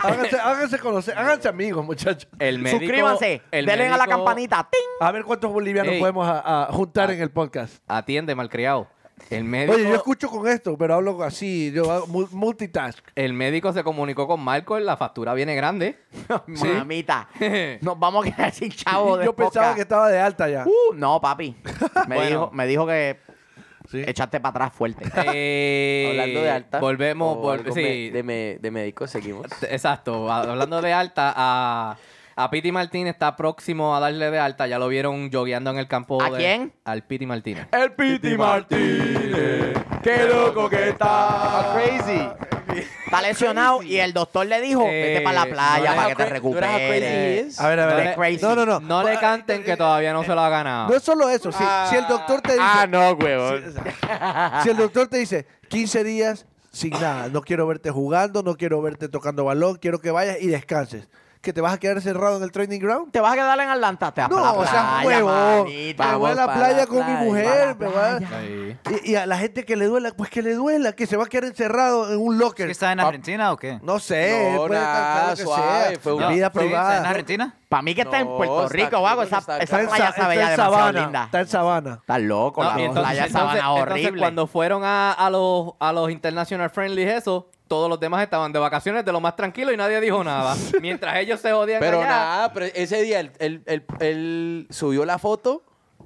Speaker 3: háganse, háganse conocer, háganse amigos, muchachos.
Speaker 4: El médico,
Speaker 1: Suscríbanse,
Speaker 4: el
Speaker 1: denle a la
Speaker 4: médico-
Speaker 1: campanita. ¡ting!
Speaker 3: A ver cuántos bolivianos
Speaker 4: Ey.
Speaker 3: podemos a- a juntar en el podcast.
Speaker 4: Atiende, malcriado. El médico,
Speaker 3: Oye, yo escucho con esto, pero hablo así, yo hago mul- multitask.
Speaker 4: el médico se comunicó con Marco, la factura viene grande. Eh,
Speaker 1: Mamita, nos vamos a quedar sin chavo de
Speaker 3: yo pensaba
Speaker 1: podcast.
Speaker 3: que estaba de alta ya.
Speaker 1: Uh, no, papi. Me,
Speaker 4: Bueno.
Speaker 1: dijo, me dijo que
Speaker 3: Sí.
Speaker 1: echaste para atrás fuerte.
Speaker 4: Eh,
Speaker 2: Hablando de alta.
Speaker 4: Volvemos,
Speaker 2: o
Speaker 4: vol-
Speaker 2: algo
Speaker 4: sí.
Speaker 2: me- de, me- de médicos, seguimos.
Speaker 4: T- Exacto, a- hablando de alta, a, a Piti Martín está próximo a darle de alta. Ya lo vieron jogueando en el campo.
Speaker 1: ¿A
Speaker 4: de-
Speaker 1: quién? Eh,
Speaker 4: Al Piti Martínez.
Speaker 2: El Piti Martínez, qué loco que está. Crazy.
Speaker 1: Está lesionado y el doctor le dijo, vete
Speaker 4: Eh,
Speaker 1: para la
Speaker 4: no
Speaker 1: playa
Speaker 4: eres eh,
Speaker 1: para
Speaker 2: a
Speaker 1: que te
Speaker 2: cra- no eres a crazy he
Speaker 1: recuperes.
Speaker 2: is.
Speaker 3: A ver, a
Speaker 4: No
Speaker 3: ver.
Speaker 4: le-
Speaker 1: crazy.
Speaker 3: No, no, no.
Speaker 4: No le canten que todavía no se lo ha ganado.
Speaker 3: No es solo eso. Si, si el doctor te dice,
Speaker 2: Ah, no, huevón.
Speaker 3: si el doctor te dice 15 días sin nada, no quiero verte jugando, no quiero verte tocando balón, quiero que vayas y descanses. ¿Que te vas a quedar cerrado en el training ground?
Speaker 1: ¿Te vas a quedar en Atlanta? Te vas
Speaker 3: No,
Speaker 1: pa' la
Speaker 3: o sea,
Speaker 1: playa,
Speaker 3: huevo. Me
Speaker 1: manita.
Speaker 3: voy a
Speaker 2: Vamos
Speaker 3: la
Speaker 2: pa'
Speaker 3: playa
Speaker 2: la
Speaker 3: con mi
Speaker 2: playa,
Speaker 3: mujer, me voy a-
Speaker 4: Sí.
Speaker 3: Y, y a la gente que le duela, pues que le duela, que se va a quedar encerrado en un
Speaker 6: ¿Es
Speaker 3: locker.
Speaker 6: que está en Argentina o qué?
Speaker 3: No sé,
Speaker 2: No,
Speaker 3: puede estar
Speaker 2: nada,
Speaker 3: claro que
Speaker 2: suave,
Speaker 3: sea.
Speaker 2: fue un-
Speaker 3: No, vida
Speaker 6: ¿Está en
Speaker 3: privada.
Speaker 6: Argentina?
Speaker 1: Para mí que está en
Speaker 2: No,
Speaker 1: Puerto
Speaker 2: está
Speaker 1: Rico
Speaker 2: aquí,
Speaker 1: o algo. Esa,
Speaker 2: está
Speaker 1: esa
Speaker 2: acá. Está en
Speaker 1: playa
Speaker 3: Sa-
Speaker 1: se veía
Speaker 3: está en
Speaker 1: demasiado
Speaker 3: sabana.
Speaker 1: linda.
Speaker 3: Está en sabana.
Speaker 1: Está loco,
Speaker 4: No,
Speaker 1: la
Speaker 4: y entonces,
Speaker 1: playa
Speaker 4: entonces-
Speaker 1: sabana
Speaker 4: entonces
Speaker 1: horrible.
Speaker 4: cuando fueron a, a los, a los International Friendly eso, todos los demás estaban de vacaciones de lo más tranquilo y nadie dijo nada. Mientras ellos se jodían
Speaker 2: Pero
Speaker 4: allá.
Speaker 2: nada, pero ese día él, él- él- él subió la foto,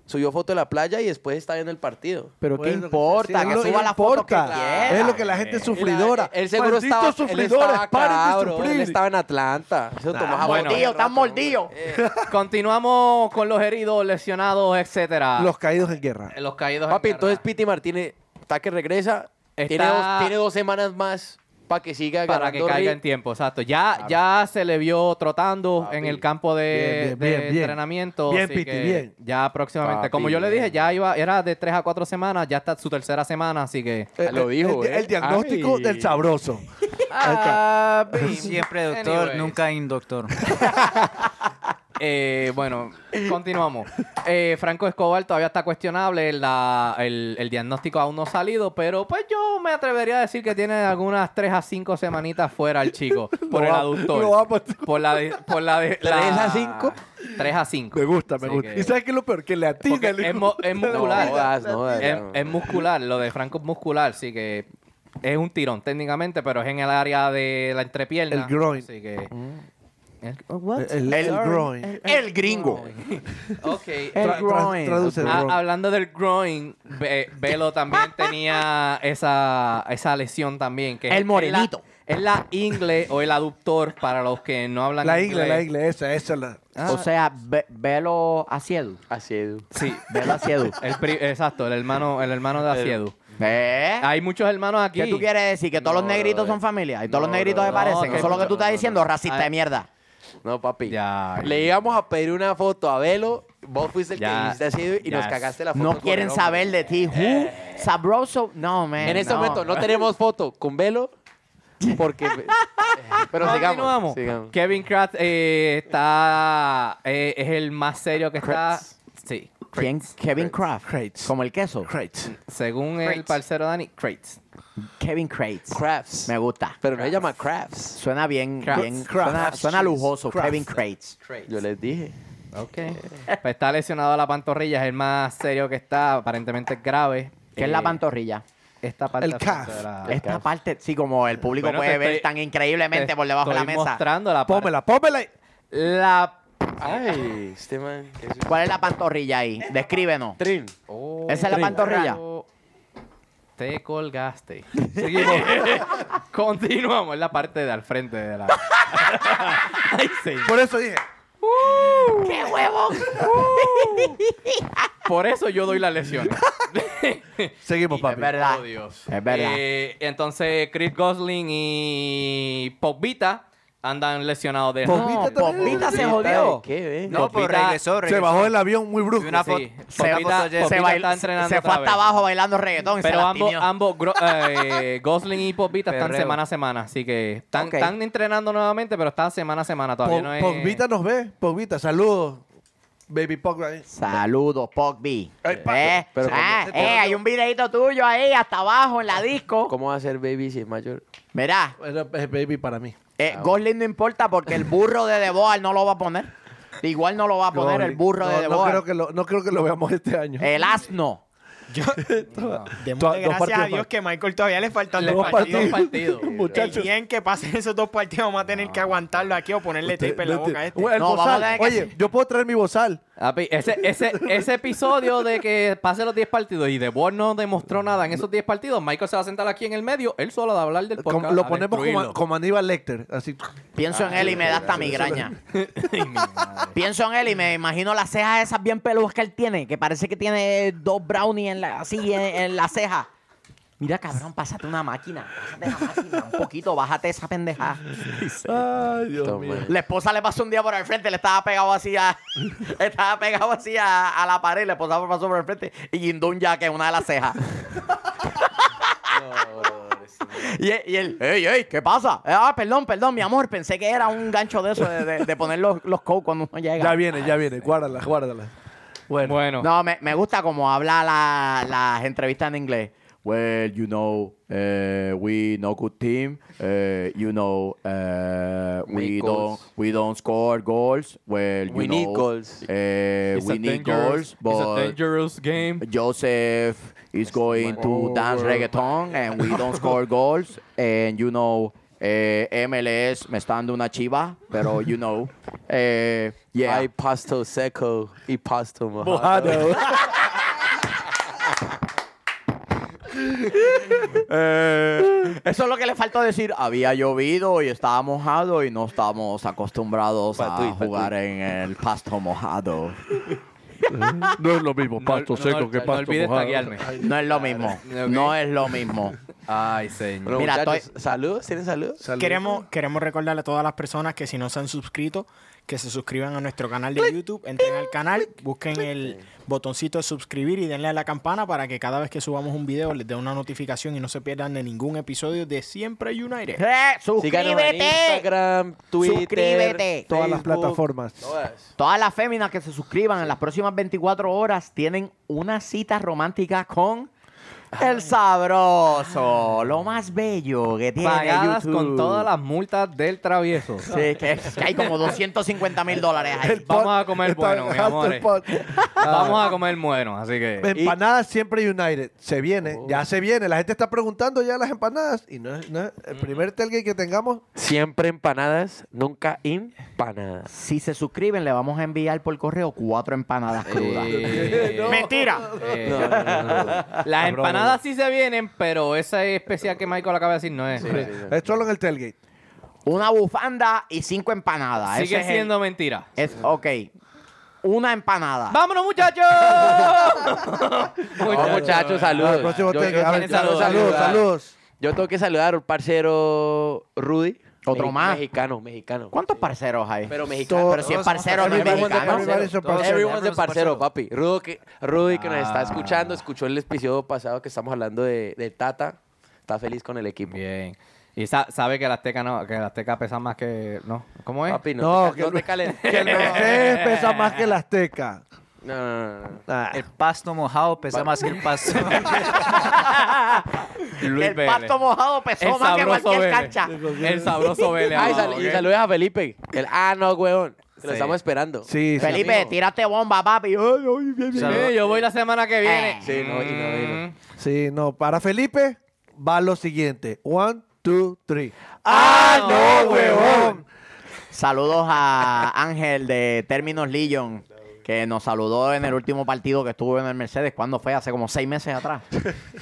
Speaker 2: subió foto de la playa y después está viendo el partido.
Speaker 1: Pero
Speaker 3: Pues,
Speaker 1: qué
Speaker 3: lo que-
Speaker 1: importa,
Speaker 3: sí,
Speaker 1: que
Speaker 3: no
Speaker 1: suba la foto que
Speaker 3: importa.
Speaker 1: quiera.
Speaker 3: Es lo que la gente sufridora.
Speaker 2: Él, seguro
Speaker 3: Maldito
Speaker 2: estaba, él estaba
Speaker 3: sufridores, paren de
Speaker 2: acá, bro.
Speaker 3: sufrir.
Speaker 2: Él estaba en Atlanta. Eso
Speaker 4: bueno.
Speaker 2: tomaba botella
Speaker 1: Mordido, están
Speaker 2: rato,
Speaker 1: mordidos.
Speaker 2: eh,
Speaker 4: Continuamos con los heridos, lesionados, etcétera.
Speaker 3: Los caídos en guerra.
Speaker 4: Eh, los caídos.
Speaker 2: Papi,
Speaker 4: en guerra.
Speaker 2: entonces Piti Martínez está que regresa.
Speaker 4: Está-
Speaker 2: Tiene, dos, tiene dos semanas más para que siga
Speaker 4: para que
Speaker 2: ganando
Speaker 4: caiga
Speaker 2: ritmo.
Speaker 4: en tiempo, exacto. Ya, ya se le vio trotando en el campo de,
Speaker 3: Bien, bien,
Speaker 4: de
Speaker 3: bien, bien.
Speaker 4: entrenamiento.
Speaker 3: Bien,
Speaker 4: así
Speaker 3: Piti,
Speaker 4: que
Speaker 3: bien.
Speaker 4: Ya próximamente.
Speaker 2: Papi,
Speaker 4: Como yo le dije,
Speaker 2: bien.
Speaker 4: ya iba, era de tres a cuatro semanas, ya está su tercera semana, así que.
Speaker 3: Eh,
Speaker 2: Lo
Speaker 3: eh,
Speaker 2: dijo,
Speaker 3: el,
Speaker 2: ¿eh?
Speaker 3: el diagnóstico
Speaker 2: Ay.
Speaker 3: del sabroso.
Speaker 6: Siempre doctor,
Speaker 4: Anyways.
Speaker 6: nunca indoctor.
Speaker 4: Eh, bueno, continuamos. Eh, Franco Escobar todavía está cuestionable, la- el, el diagnóstico aún no ha salido, pero pues yo me atrevería a decir que tiene algunas 3 a 5 semanitas fuera el chico por el
Speaker 3: va-
Speaker 4: aductor.
Speaker 3: lo va a poner-
Speaker 4: por la de, por la de,
Speaker 2: ¿Tres
Speaker 4: la-
Speaker 2: a cinco?
Speaker 4: 3 a 5.
Speaker 3: Me gusta, me
Speaker 4: Así
Speaker 3: gusta.
Speaker 4: que-
Speaker 3: ¿Y sabes qué es lo peor? Que le atina.
Speaker 4: porque
Speaker 3: el
Speaker 4: es,
Speaker 3: hijo.
Speaker 4: mo- es
Speaker 2: No
Speaker 4: muscular.
Speaker 2: jodas, no jodas,
Speaker 4: es,
Speaker 2: no.
Speaker 4: es muscular, lo de Franco es muscular, así que es un tirón técnicamente, pero es en el área de la entrepierna.
Speaker 3: El groin.
Speaker 4: Así que...
Speaker 3: El, el, groin.
Speaker 1: El gringo.
Speaker 4: Ok.
Speaker 3: Tra- tra-
Speaker 1: groin.
Speaker 3: traduce el
Speaker 4: Ah,
Speaker 3: groin.
Speaker 4: hablando del groin, Ve- Velo también tenía esa, esa lesión también. Que es-
Speaker 1: El morenito.
Speaker 4: Es la, es la ingle o el aductor para los que no hablan
Speaker 3: La
Speaker 4: inglés.
Speaker 3: ingle, la ingle, esa, esa. La...
Speaker 1: O sea, ve- velo a Ciedu.
Speaker 2: Así es.
Speaker 4: Sí.
Speaker 1: Velo a Ciedu.
Speaker 4: El pri- exacto, el hermano, el hermano de Aciedu.
Speaker 1: ¿Eh?
Speaker 4: Hay muchos hermanos aquí.
Speaker 1: ¿Qué tú quieres decir? ¿Que todos
Speaker 2: No,
Speaker 1: los negritos
Speaker 2: brother.
Speaker 1: son familia? ¿Y todos los
Speaker 2: No,
Speaker 1: negritos se
Speaker 2: brother.
Speaker 1: parecen?
Speaker 4: No, que
Speaker 1: ¿Eso es lo que tú
Speaker 2: no,
Speaker 1: estás
Speaker 2: no,
Speaker 1: diciendo?
Speaker 2: no.
Speaker 1: Racista de
Speaker 4: Ay.
Speaker 1: mierda.
Speaker 2: No, papi.
Speaker 4: Ya.
Speaker 2: Le íbamos a pedir una foto a Velo. Vos fuiste el
Speaker 4: Ya.
Speaker 2: que dijiste así y nos
Speaker 4: Ya.
Speaker 2: cagaste la foto.
Speaker 1: No
Speaker 2: con
Speaker 1: quieren
Speaker 2: el hombre. Eh.
Speaker 1: saber de ti. Who? Sabroso. No, man.
Speaker 2: En este
Speaker 1: no.
Speaker 2: momento no tenemos foto con Velo porque... Pero sigamos.
Speaker 4: Continuamos.
Speaker 2: sigamos.
Speaker 4: Kevin Kratz eh, está eh, es el más serio que
Speaker 2: Kratz.
Speaker 4: está. Sí.
Speaker 1: ¿Quién? Kevin Kraft.
Speaker 3: Crates.
Speaker 1: Como el queso.
Speaker 3: Crates.
Speaker 4: Según el
Speaker 6: Kratz.
Speaker 4: parcero Dani, Kratz.
Speaker 1: Kevin Crates.
Speaker 2: Crafts.
Speaker 1: Me gusta.
Speaker 2: Pero no se llama Crafts.
Speaker 1: Suena bien.
Speaker 4: Kraft.
Speaker 1: bien suena, suena lujoso.
Speaker 3: Kraft.
Speaker 1: Kevin Crates.
Speaker 2: Yo les dije.
Speaker 4: Ok. Pues está lesionado a la pantorrilla, es el más serio que está, aparentemente es grave.
Speaker 1: ¿Qué es
Speaker 4: Eh,
Speaker 1: la pantorrilla?
Speaker 4: Esta parte
Speaker 3: El
Speaker 4: de
Speaker 3: calf.
Speaker 4: la-
Speaker 1: Esta parte, sí, como el público
Speaker 4: Bueno,
Speaker 1: puede
Speaker 4: te
Speaker 1: ver
Speaker 4: estoy-
Speaker 1: tan increíblemente
Speaker 4: Te
Speaker 1: por debajo de la
Speaker 4: estoy
Speaker 1: mesa.
Speaker 4: mostrando la parte-
Speaker 3: Pómela, pómela. y-
Speaker 4: La...
Speaker 2: Ay, este man... que es un-
Speaker 1: ¿Cuál es la pantorrilla ahí? Descríbenos.
Speaker 2: Trin.
Speaker 1: Oh. ¿Esa es la pantorrilla?
Speaker 4: Te colgaste. Seguimos. Continuamos. Es la parte de al frente de la... Ay, sí.
Speaker 3: Por eso dije.
Speaker 1: ¡Qué huevo!
Speaker 4: Por eso yo doy las lesiones.
Speaker 3: Seguimos,
Speaker 1: Es
Speaker 3: papi.
Speaker 1: verdad.
Speaker 4: Oh, Dios.
Speaker 1: Es verdad.
Speaker 4: Eh, entonces, Chris Gosling y Popvita andan lesionados de...
Speaker 1: No, Popita se jodió.
Speaker 2: ¿Qué, eh?
Speaker 6: No, pero
Speaker 4: Copita-
Speaker 6: regresó,
Speaker 3: Se
Speaker 6: regresó.
Speaker 3: bajó del avión muy brusco.
Speaker 6: Y una
Speaker 4: Sí,
Speaker 6: foto-
Speaker 1: Se,
Speaker 4: Popita-
Speaker 1: se
Speaker 4: Popita
Speaker 1: bailó-
Speaker 4: está entrenando
Speaker 1: se fue
Speaker 4: otra
Speaker 1: hasta
Speaker 4: vez.
Speaker 1: abajo bailando reggaetón. y se
Speaker 4: Pero ambos,
Speaker 1: lastimió.
Speaker 4: ambos gro- eh, Gosling y Popita están
Speaker 6: Perreo.
Speaker 4: semana a semana, así que están,
Speaker 1: Ok.
Speaker 4: están entrenando nuevamente, pero están semana a semana todavía.
Speaker 3: Po-
Speaker 4: no es...
Speaker 3: Pogvita nos ve. Pogvita, saludos. Baby Pog. ahí.
Speaker 1: Saludos, Pogby.
Speaker 3: Ay, papi,
Speaker 1: eh,
Speaker 2: pero
Speaker 1: ah,
Speaker 2: ¿cómo se
Speaker 1: eh,
Speaker 2: te-
Speaker 1: hay un videito tuyo ahí hasta abajo en la disco.
Speaker 2: ¿Cómo va a ser Baby si es mayor?
Speaker 1: Mirá,
Speaker 3: Era es baby para mí.
Speaker 1: eh, Gosling no importa porque el burro de The Boal no lo va a poner. Igual no lo va a poner el burro
Speaker 3: no,
Speaker 1: de The Eh,
Speaker 3: no
Speaker 1: Boal.
Speaker 3: creo, que lo, no creo que lo veamos este año.
Speaker 1: El asno.
Speaker 5: Yo,
Speaker 3: Dos
Speaker 5: démosle gracias
Speaker 3: partidos
Speaker 5: a Dios
Speaker 3: más.
Speaker 5: que Michael todavía le faltan
Speaker 4: Le
Speaker 5: dos
Speaker 4: faltan dos
Speaker 5: partidos.
Speaker 4: partidos.
Speaker 5: Y
Speaker 3: Muchachos.
Speaker 5: bien que pasen esos dos partidos, vamos a tener que aguantarlo aquí o ponerle tape en la boca a este.
Speaker 3: Bueno, el
Speaker 1: No, vamos a
Speaker 3: bozal.
Speaker 1: tener que-
Speaker 3: Oye, yo puedo traer mi bozal.
Speaker 4: Papi, ese, ese, ese episodio de que pase los 10 partidos y The Board no demostró nada en esos 10 partidos, Michael se va a sentar aquí en el medio, él solo va a hablar del
Speaker 3: Como-
Speaker 4: podcast.
Speaker 3: lo
Speaker 4: a
Speaker 3: ponemos como,
Speaker 4: destruirlo.
Speaker 3: como Aníbal Lecter. Así.
Speaker 1: Pienso en él y me da hasta migraña. Pienso en él y me imagino las cejas esas bien peludas que él tiene, que parece que tiene dos brownies en la, así en, en la ceja. Mira, cabrón, pásate una máquina. Pásate una máquina. Un poquito, bájate esa pendejada.
Speaker 3: Ay, Dios
Speaker 2: Toma.
Speaker 3: mío.
Speaker 1: La esposa le pasó un día por el frente, le estaba pegado así a, estaba pegado así a, a la pared, la esposa pasó por el frente y guindó un jaque en una de las cejas. Y, él- y él, ey, ey, ¿qué pasa? Ah, perdón, perdón, mi amor, pensé que era un gancho de eso de, de- de poner los, los coats cuando uno llega.
Speaker 3: Ya viene, ya viene. Guárdala, guárdala. Bueno.
Speaker 4: Bueno,
Speaker 1: No, me, me gusta como habla la, las entrevistas en inglés. Well, you know, eh, we no good team. eh, you know, eh, we
Speaker 2: Make
Speaker 1: don't
Speaker 2: goals.
Speaker 1: we don't score goals. Well, you
Speaker 2: We need
Speaker 1: know,
Speaker 2: goals.
Speaker 1: eh,
Speaker 4: it's a
Speaker 1: we need
Speaker 4: dangerous-
Speaker 1: goals,
Speaker 4: it's a
Speaker 1: but
Speaker 4: dangerous game.
Speaker 1: Joseph is going to dance reggaeton and we don't score goals. And you know, eh, MLS me está dando una chiva, pero you know, eh, yeah.
Speaker 2: Hay pasto seco y pasto mojado.
Speaker 3: Mojado.
Speaker 1: Eh, eso es lo que le faltó decir. Había llovido y estaba mojado y no estamos acostumbrados a
Speaker 2: Patuí, patuí.
Speaker 1: jugar en el pasto mojado.
Speaker 3: No es lo mismo pasto
Speaker 4: no,
Speaker 3: seco
Speaker 4: no,
Speaker 3: que
Speaker 4: no
Speaker 3: pasto
Speaker 4: olvides
Speaker 3: mojado.
Speaker 4: taguearme.
Speaker 1: No es lo mismo. No es lo mismo.
Speaker 4: Ay, señor.
Speaker 2: Bueno,
Speaker 1: Mira,
Speaker 2: muchachos, ¿Saludos? ¿Tienen saludos?
Speaker 3: Salud.
Speaker 5: Queremos, queremos recordarle a todas las personas que si no se han suscrito, que se suscriban a nuestro canal de YouTube, entren al canal, busquen el botoncito de suscribir y denle a la campana para que cada vez que subamos un video les dé una notificación y no se pierdan de ningún episodio de Siempre United.
Speaker 1: Eh,
Speaker 2: Síganos en
Speaker 1: ¡Suscríbete!
Speaker 2: Instagram, Twitter,
Speaker 1: Suscríbete.
Speaker 3: Todas las
Speaker 2: Facebook,
Speaker 3: plataformas.
Speaker 2: todas.
Speaker 1: Todas las féminas que se suscriban en las próximas 24 horas tienen una cita romántica con el sabroso, lo más bello que tiene
Speaker 4: Pagadas
Speaker 1: YouTube.
Speaker 4: con todas las multas del travieso.
Speaker 1: Sí, que es que hay como 250 mil dólares ahí.
Speaker 4: Vamos a comer
Speaker 3: Está
Speaker 4: bueno, mi
Speaker 3: alto
Speaker 4: amor.
Speaker 3: el pot.
Speaker 4: Vamos a comer bueno, así que.
Speaker 3: Empanadas siempre United. Se viene, ya se viene. La gente está preguntando ya las empanadas. Y no es, no es- el primer tailgate que tengamos.
Speaker 2: Siempre empanadas, nunca empanadas.
Speaker 1: Si se suscriben, le vamos a enviar por correo cuatro empanadas crudas.
Speaker 4: Eh,
Speaker 5: Mentira.
Speaker 4: eh,
Speaker 2: No, no, no, no, no.
Speaker 4: Las empanadas sí se vienen, pero esa especial que Michael acaba de decir no es.
Speaker 2: Sí, sí, sí.
Speaker 3: Es solo en el tailgate.
Speaker 1: Una bufanda y cinco empanadas. Ese
Speaker 4: Ah, Sigue
Speaker 1: es el-
Speaker 4: siendo mentira.
Speaker 1: es, ok. Una
Speaker 2: Ah.
Speaker 1: empanada.
Speaker 4: ¡Vámonos, muchachos!
Speaker 2: No, muchachos, saludos.
Speaker 3: Al Ah, próximo
Speaker 2: Yo- yo-
Speaker 3: tailgate. A ver,
Speaker 4: quieren saludar.
Speaker 3: saludos, saludos.
Speaker 2: Yo tengo que saludar a un parcero Rudy.
Speaker 1: Otro
Speaker 2: Mexi-
Speaker 1: más.
Speaker 2: Mexicano, mexicano.
Speaker 1: ¿Cuántos parceros hay?
Speaker 2: Pero mexicano.
Speaker 3: To-
Speaker 1: Pero si es parcero, no es
Speaker 3: Everyone de-
Speaker 1: mexicano.
Speaker 3: everybody's a
Speaker 6: Todos-
Speaker 3: parcero.
Speaker 2: Everyone's de
Speaker 6: Everyone's a
Speaker 2: parcero,
Speaker 6: parcero.
Speaker 2: papi. Rudy, que, Rudy que nos está
Speaker 4: Ah.
Speaker 2: escuchando, escuchó el episodio pasado que estamos hablando de, de Tata. Está feliz con el equipo.
Speaker 4: Bien. Y sa- sabe que las tecas no, que las tecas pesan más que. ¿No? ¿Cómo es?
Speaker 2: Papi, no,
Speaker 3: No,
Speaker 2: te,
Speaker 3: que
Speaker 2: no
Speaker 3: el-
Speaker 2: te calen-
Speaker 3: Que el Mercedes pesa más que el Azteca.
Speaker 2: No, no, no, no.
Speaker 3: Ah.
Speaker 6: El pasto mojado pesa más que el pasto.
Speaker 4: Luis
Speaker 1: el
Speaker 4: Vélez.
Speaker 1: pasto mojado pesó
Speaker 4: El
Speaker 1: más que
Speaker 4: sabroso
Speaker 1: cualquier
Speaker 4: Vélez.
Speaker 1: cancha.
Speaker 4: El sabroso Vélez.
Speaker 2: Ah, y,
Speaker 4: amado,
Speaker 2: sal- y
Speaker 4: ¿ok?
Speaker 2: saludes a Felipe. El, ah, no, huevón. Que Lo
Speaker 4: Sí.
Speaker 2: estamos esperando.
Speaker 3: Sí, sí.
Speaker 1: Felipe, tírate bomba, papi. Ay, ay, bien, bien.
Speaker 4: Sí, yo voy la semana que viene.
Speaker 1: Eh.
Speaker 2: Sí, no, y no, y no.
Speaker 4: Mm.
Speaker 3: Sí, no. Para Felipe va lo siguiente. One, two, three.
Speaker 4: ¡Ah, no,
Speaker 3: huevón!
Speaker 1: Saludos a Ángel de Términos Legion, que nos saludó en el último partido que estuvo en el Mercedes. ¿Cuándo fue? Hace como seis meses atrás.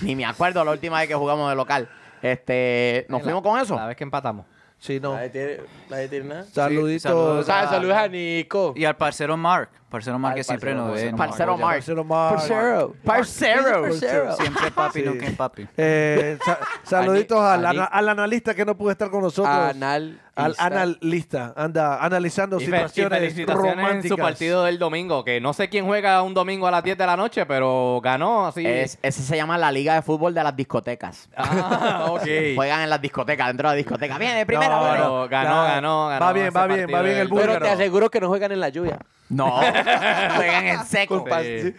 Speaker 1: Ni me acuerdo la última vez que jugamos de local. Este, ¿Nos fuimos con eso?
Speaker 4: La vez que empatamos.
Speaker 3: Sí, no.
Speaker 2: Nadie tiene, nadie tiene nada.
Speaker 3: Saluditos.
Speaker 6: saludos.
Speaker 2: O
Speaker 4: Ah,
Speaker 2: sea, saludos a Nico.
Speaker 6: y al parcero Mark. Parcero Mark
Speaker 2: Al
Speaker 6: que siempre
Speaker 2: parcero
Speaker 6: nos ve.
Speaker 2: Mark.
Speaker 6: no me
Speaker 1: Parcero
Speaker 6: acuerdo.
Speaker 1: Mark.
Speaker 3: Parcero Mark.
Speaker 1: Parcero.
Speaker 6: Siempre papi,
Speaker 3: Sí.
Speaker 6: nunca en papi.
Speaker 3: Eh, sa- saluditos
Speaker 2: Ani-
Speaker 3: al, ana-
Speaker 2: Ani-
Speaker 3: al analista que no pudo estar con nosotros.
Speaker 2: Anal.
Speaker 3: al analista. Anda analizando
Speaker 4: Y fe- y
Speaker 3: situaciones
Speaker 4: felicitaciones
Speaker 3: románticas.
Speaker 4: en su partido del domingo, que no sé quién juega un domingo a las 10 de la noche, pero ganó así.
Speaker 1: Es- ese se llama la Liga de Fútbol de las discotecas.
Speaker 4: Ah, ok.
Speaker 1: Juegan en las discotecas, dentro de la discoteca. Viene, primero.
Speaker 3: No,
Speaker 1: viene.
Speaker 4: Pero ganó, ganó, ganó.
Speaker 3: Va bien,
Speaker 4: ese
Speaker 3: va bien,
Speaker 4: partido
Speaker 3: va bien
Speaker 4: del-
Speaker 3: el búlgaro.
Speaker 2: Pero te aseguro que no juegan en la lluvia.
Speaker 1: No, juegan en seco.
Speaker 4: Con pas- Sí.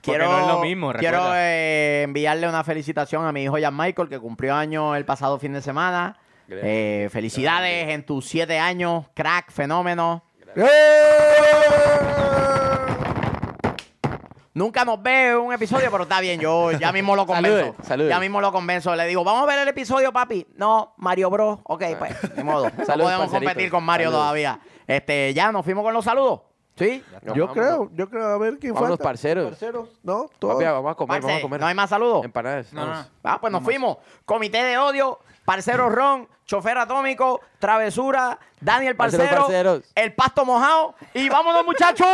Speaker 1: quiero,
Speaker 4: no es lo mismo, recuerda.
Speaker 1: quiero eh, enviarle una felicitación a mi hijo Jan Michael, que cumplió año el pasado fin de semana.
Speaker 2: Gracias.
Speaker 1: Eh, felicidades en tus siete años, crack, fenómeno.
Speaker 3: ¡Eh!
Speaker 1: Nunca nos ve un episodio, pero está bien, yo ya mismo lo convenzo.
Speaker 2: Salude, salude.
Speaker 1: Ya mismo lo convenzo. Le digo, vamos a ver el episodio, papi. No, Mario Bros. Ok, pues, de modo. No
Speaker 2: Saludos,
Speaker 1: podemos competir
Speaker 2: parcerito.
Speaker 1: con Mario
Speaker 2: Saludos.
Speaker 1: todavía. Este, ya nos fuimos con los saludos. ¿Sí?
Speaker 3: Yo creo, yo creo. A ver quién
Speaker 2: Vámonos,
Speaker 3: falta.
Speaker 2: parceros.
Speaker 3: No, todos.
Speaker 2: Papi, vamos a comer,
Speaker 1: Parce,
Speaker 2: vamos a comer.
Speaker 1: ¿No hay más saludos?
Speaker 2: Empanadas.
Speaker 6: No,
Speaker 2: vamos.
Speaker 6: no.
Speaker 1: Ah, pues nos fuimos. Comité de odio, Parcero Ron, Chofer Atómico, Travesura, Daniel
Speaker 2: Parcero,
Speaker 1: Parcero,
Speaker 2: parceros.
Speaker 1: El Pasto Mojado y vámonos muchachos.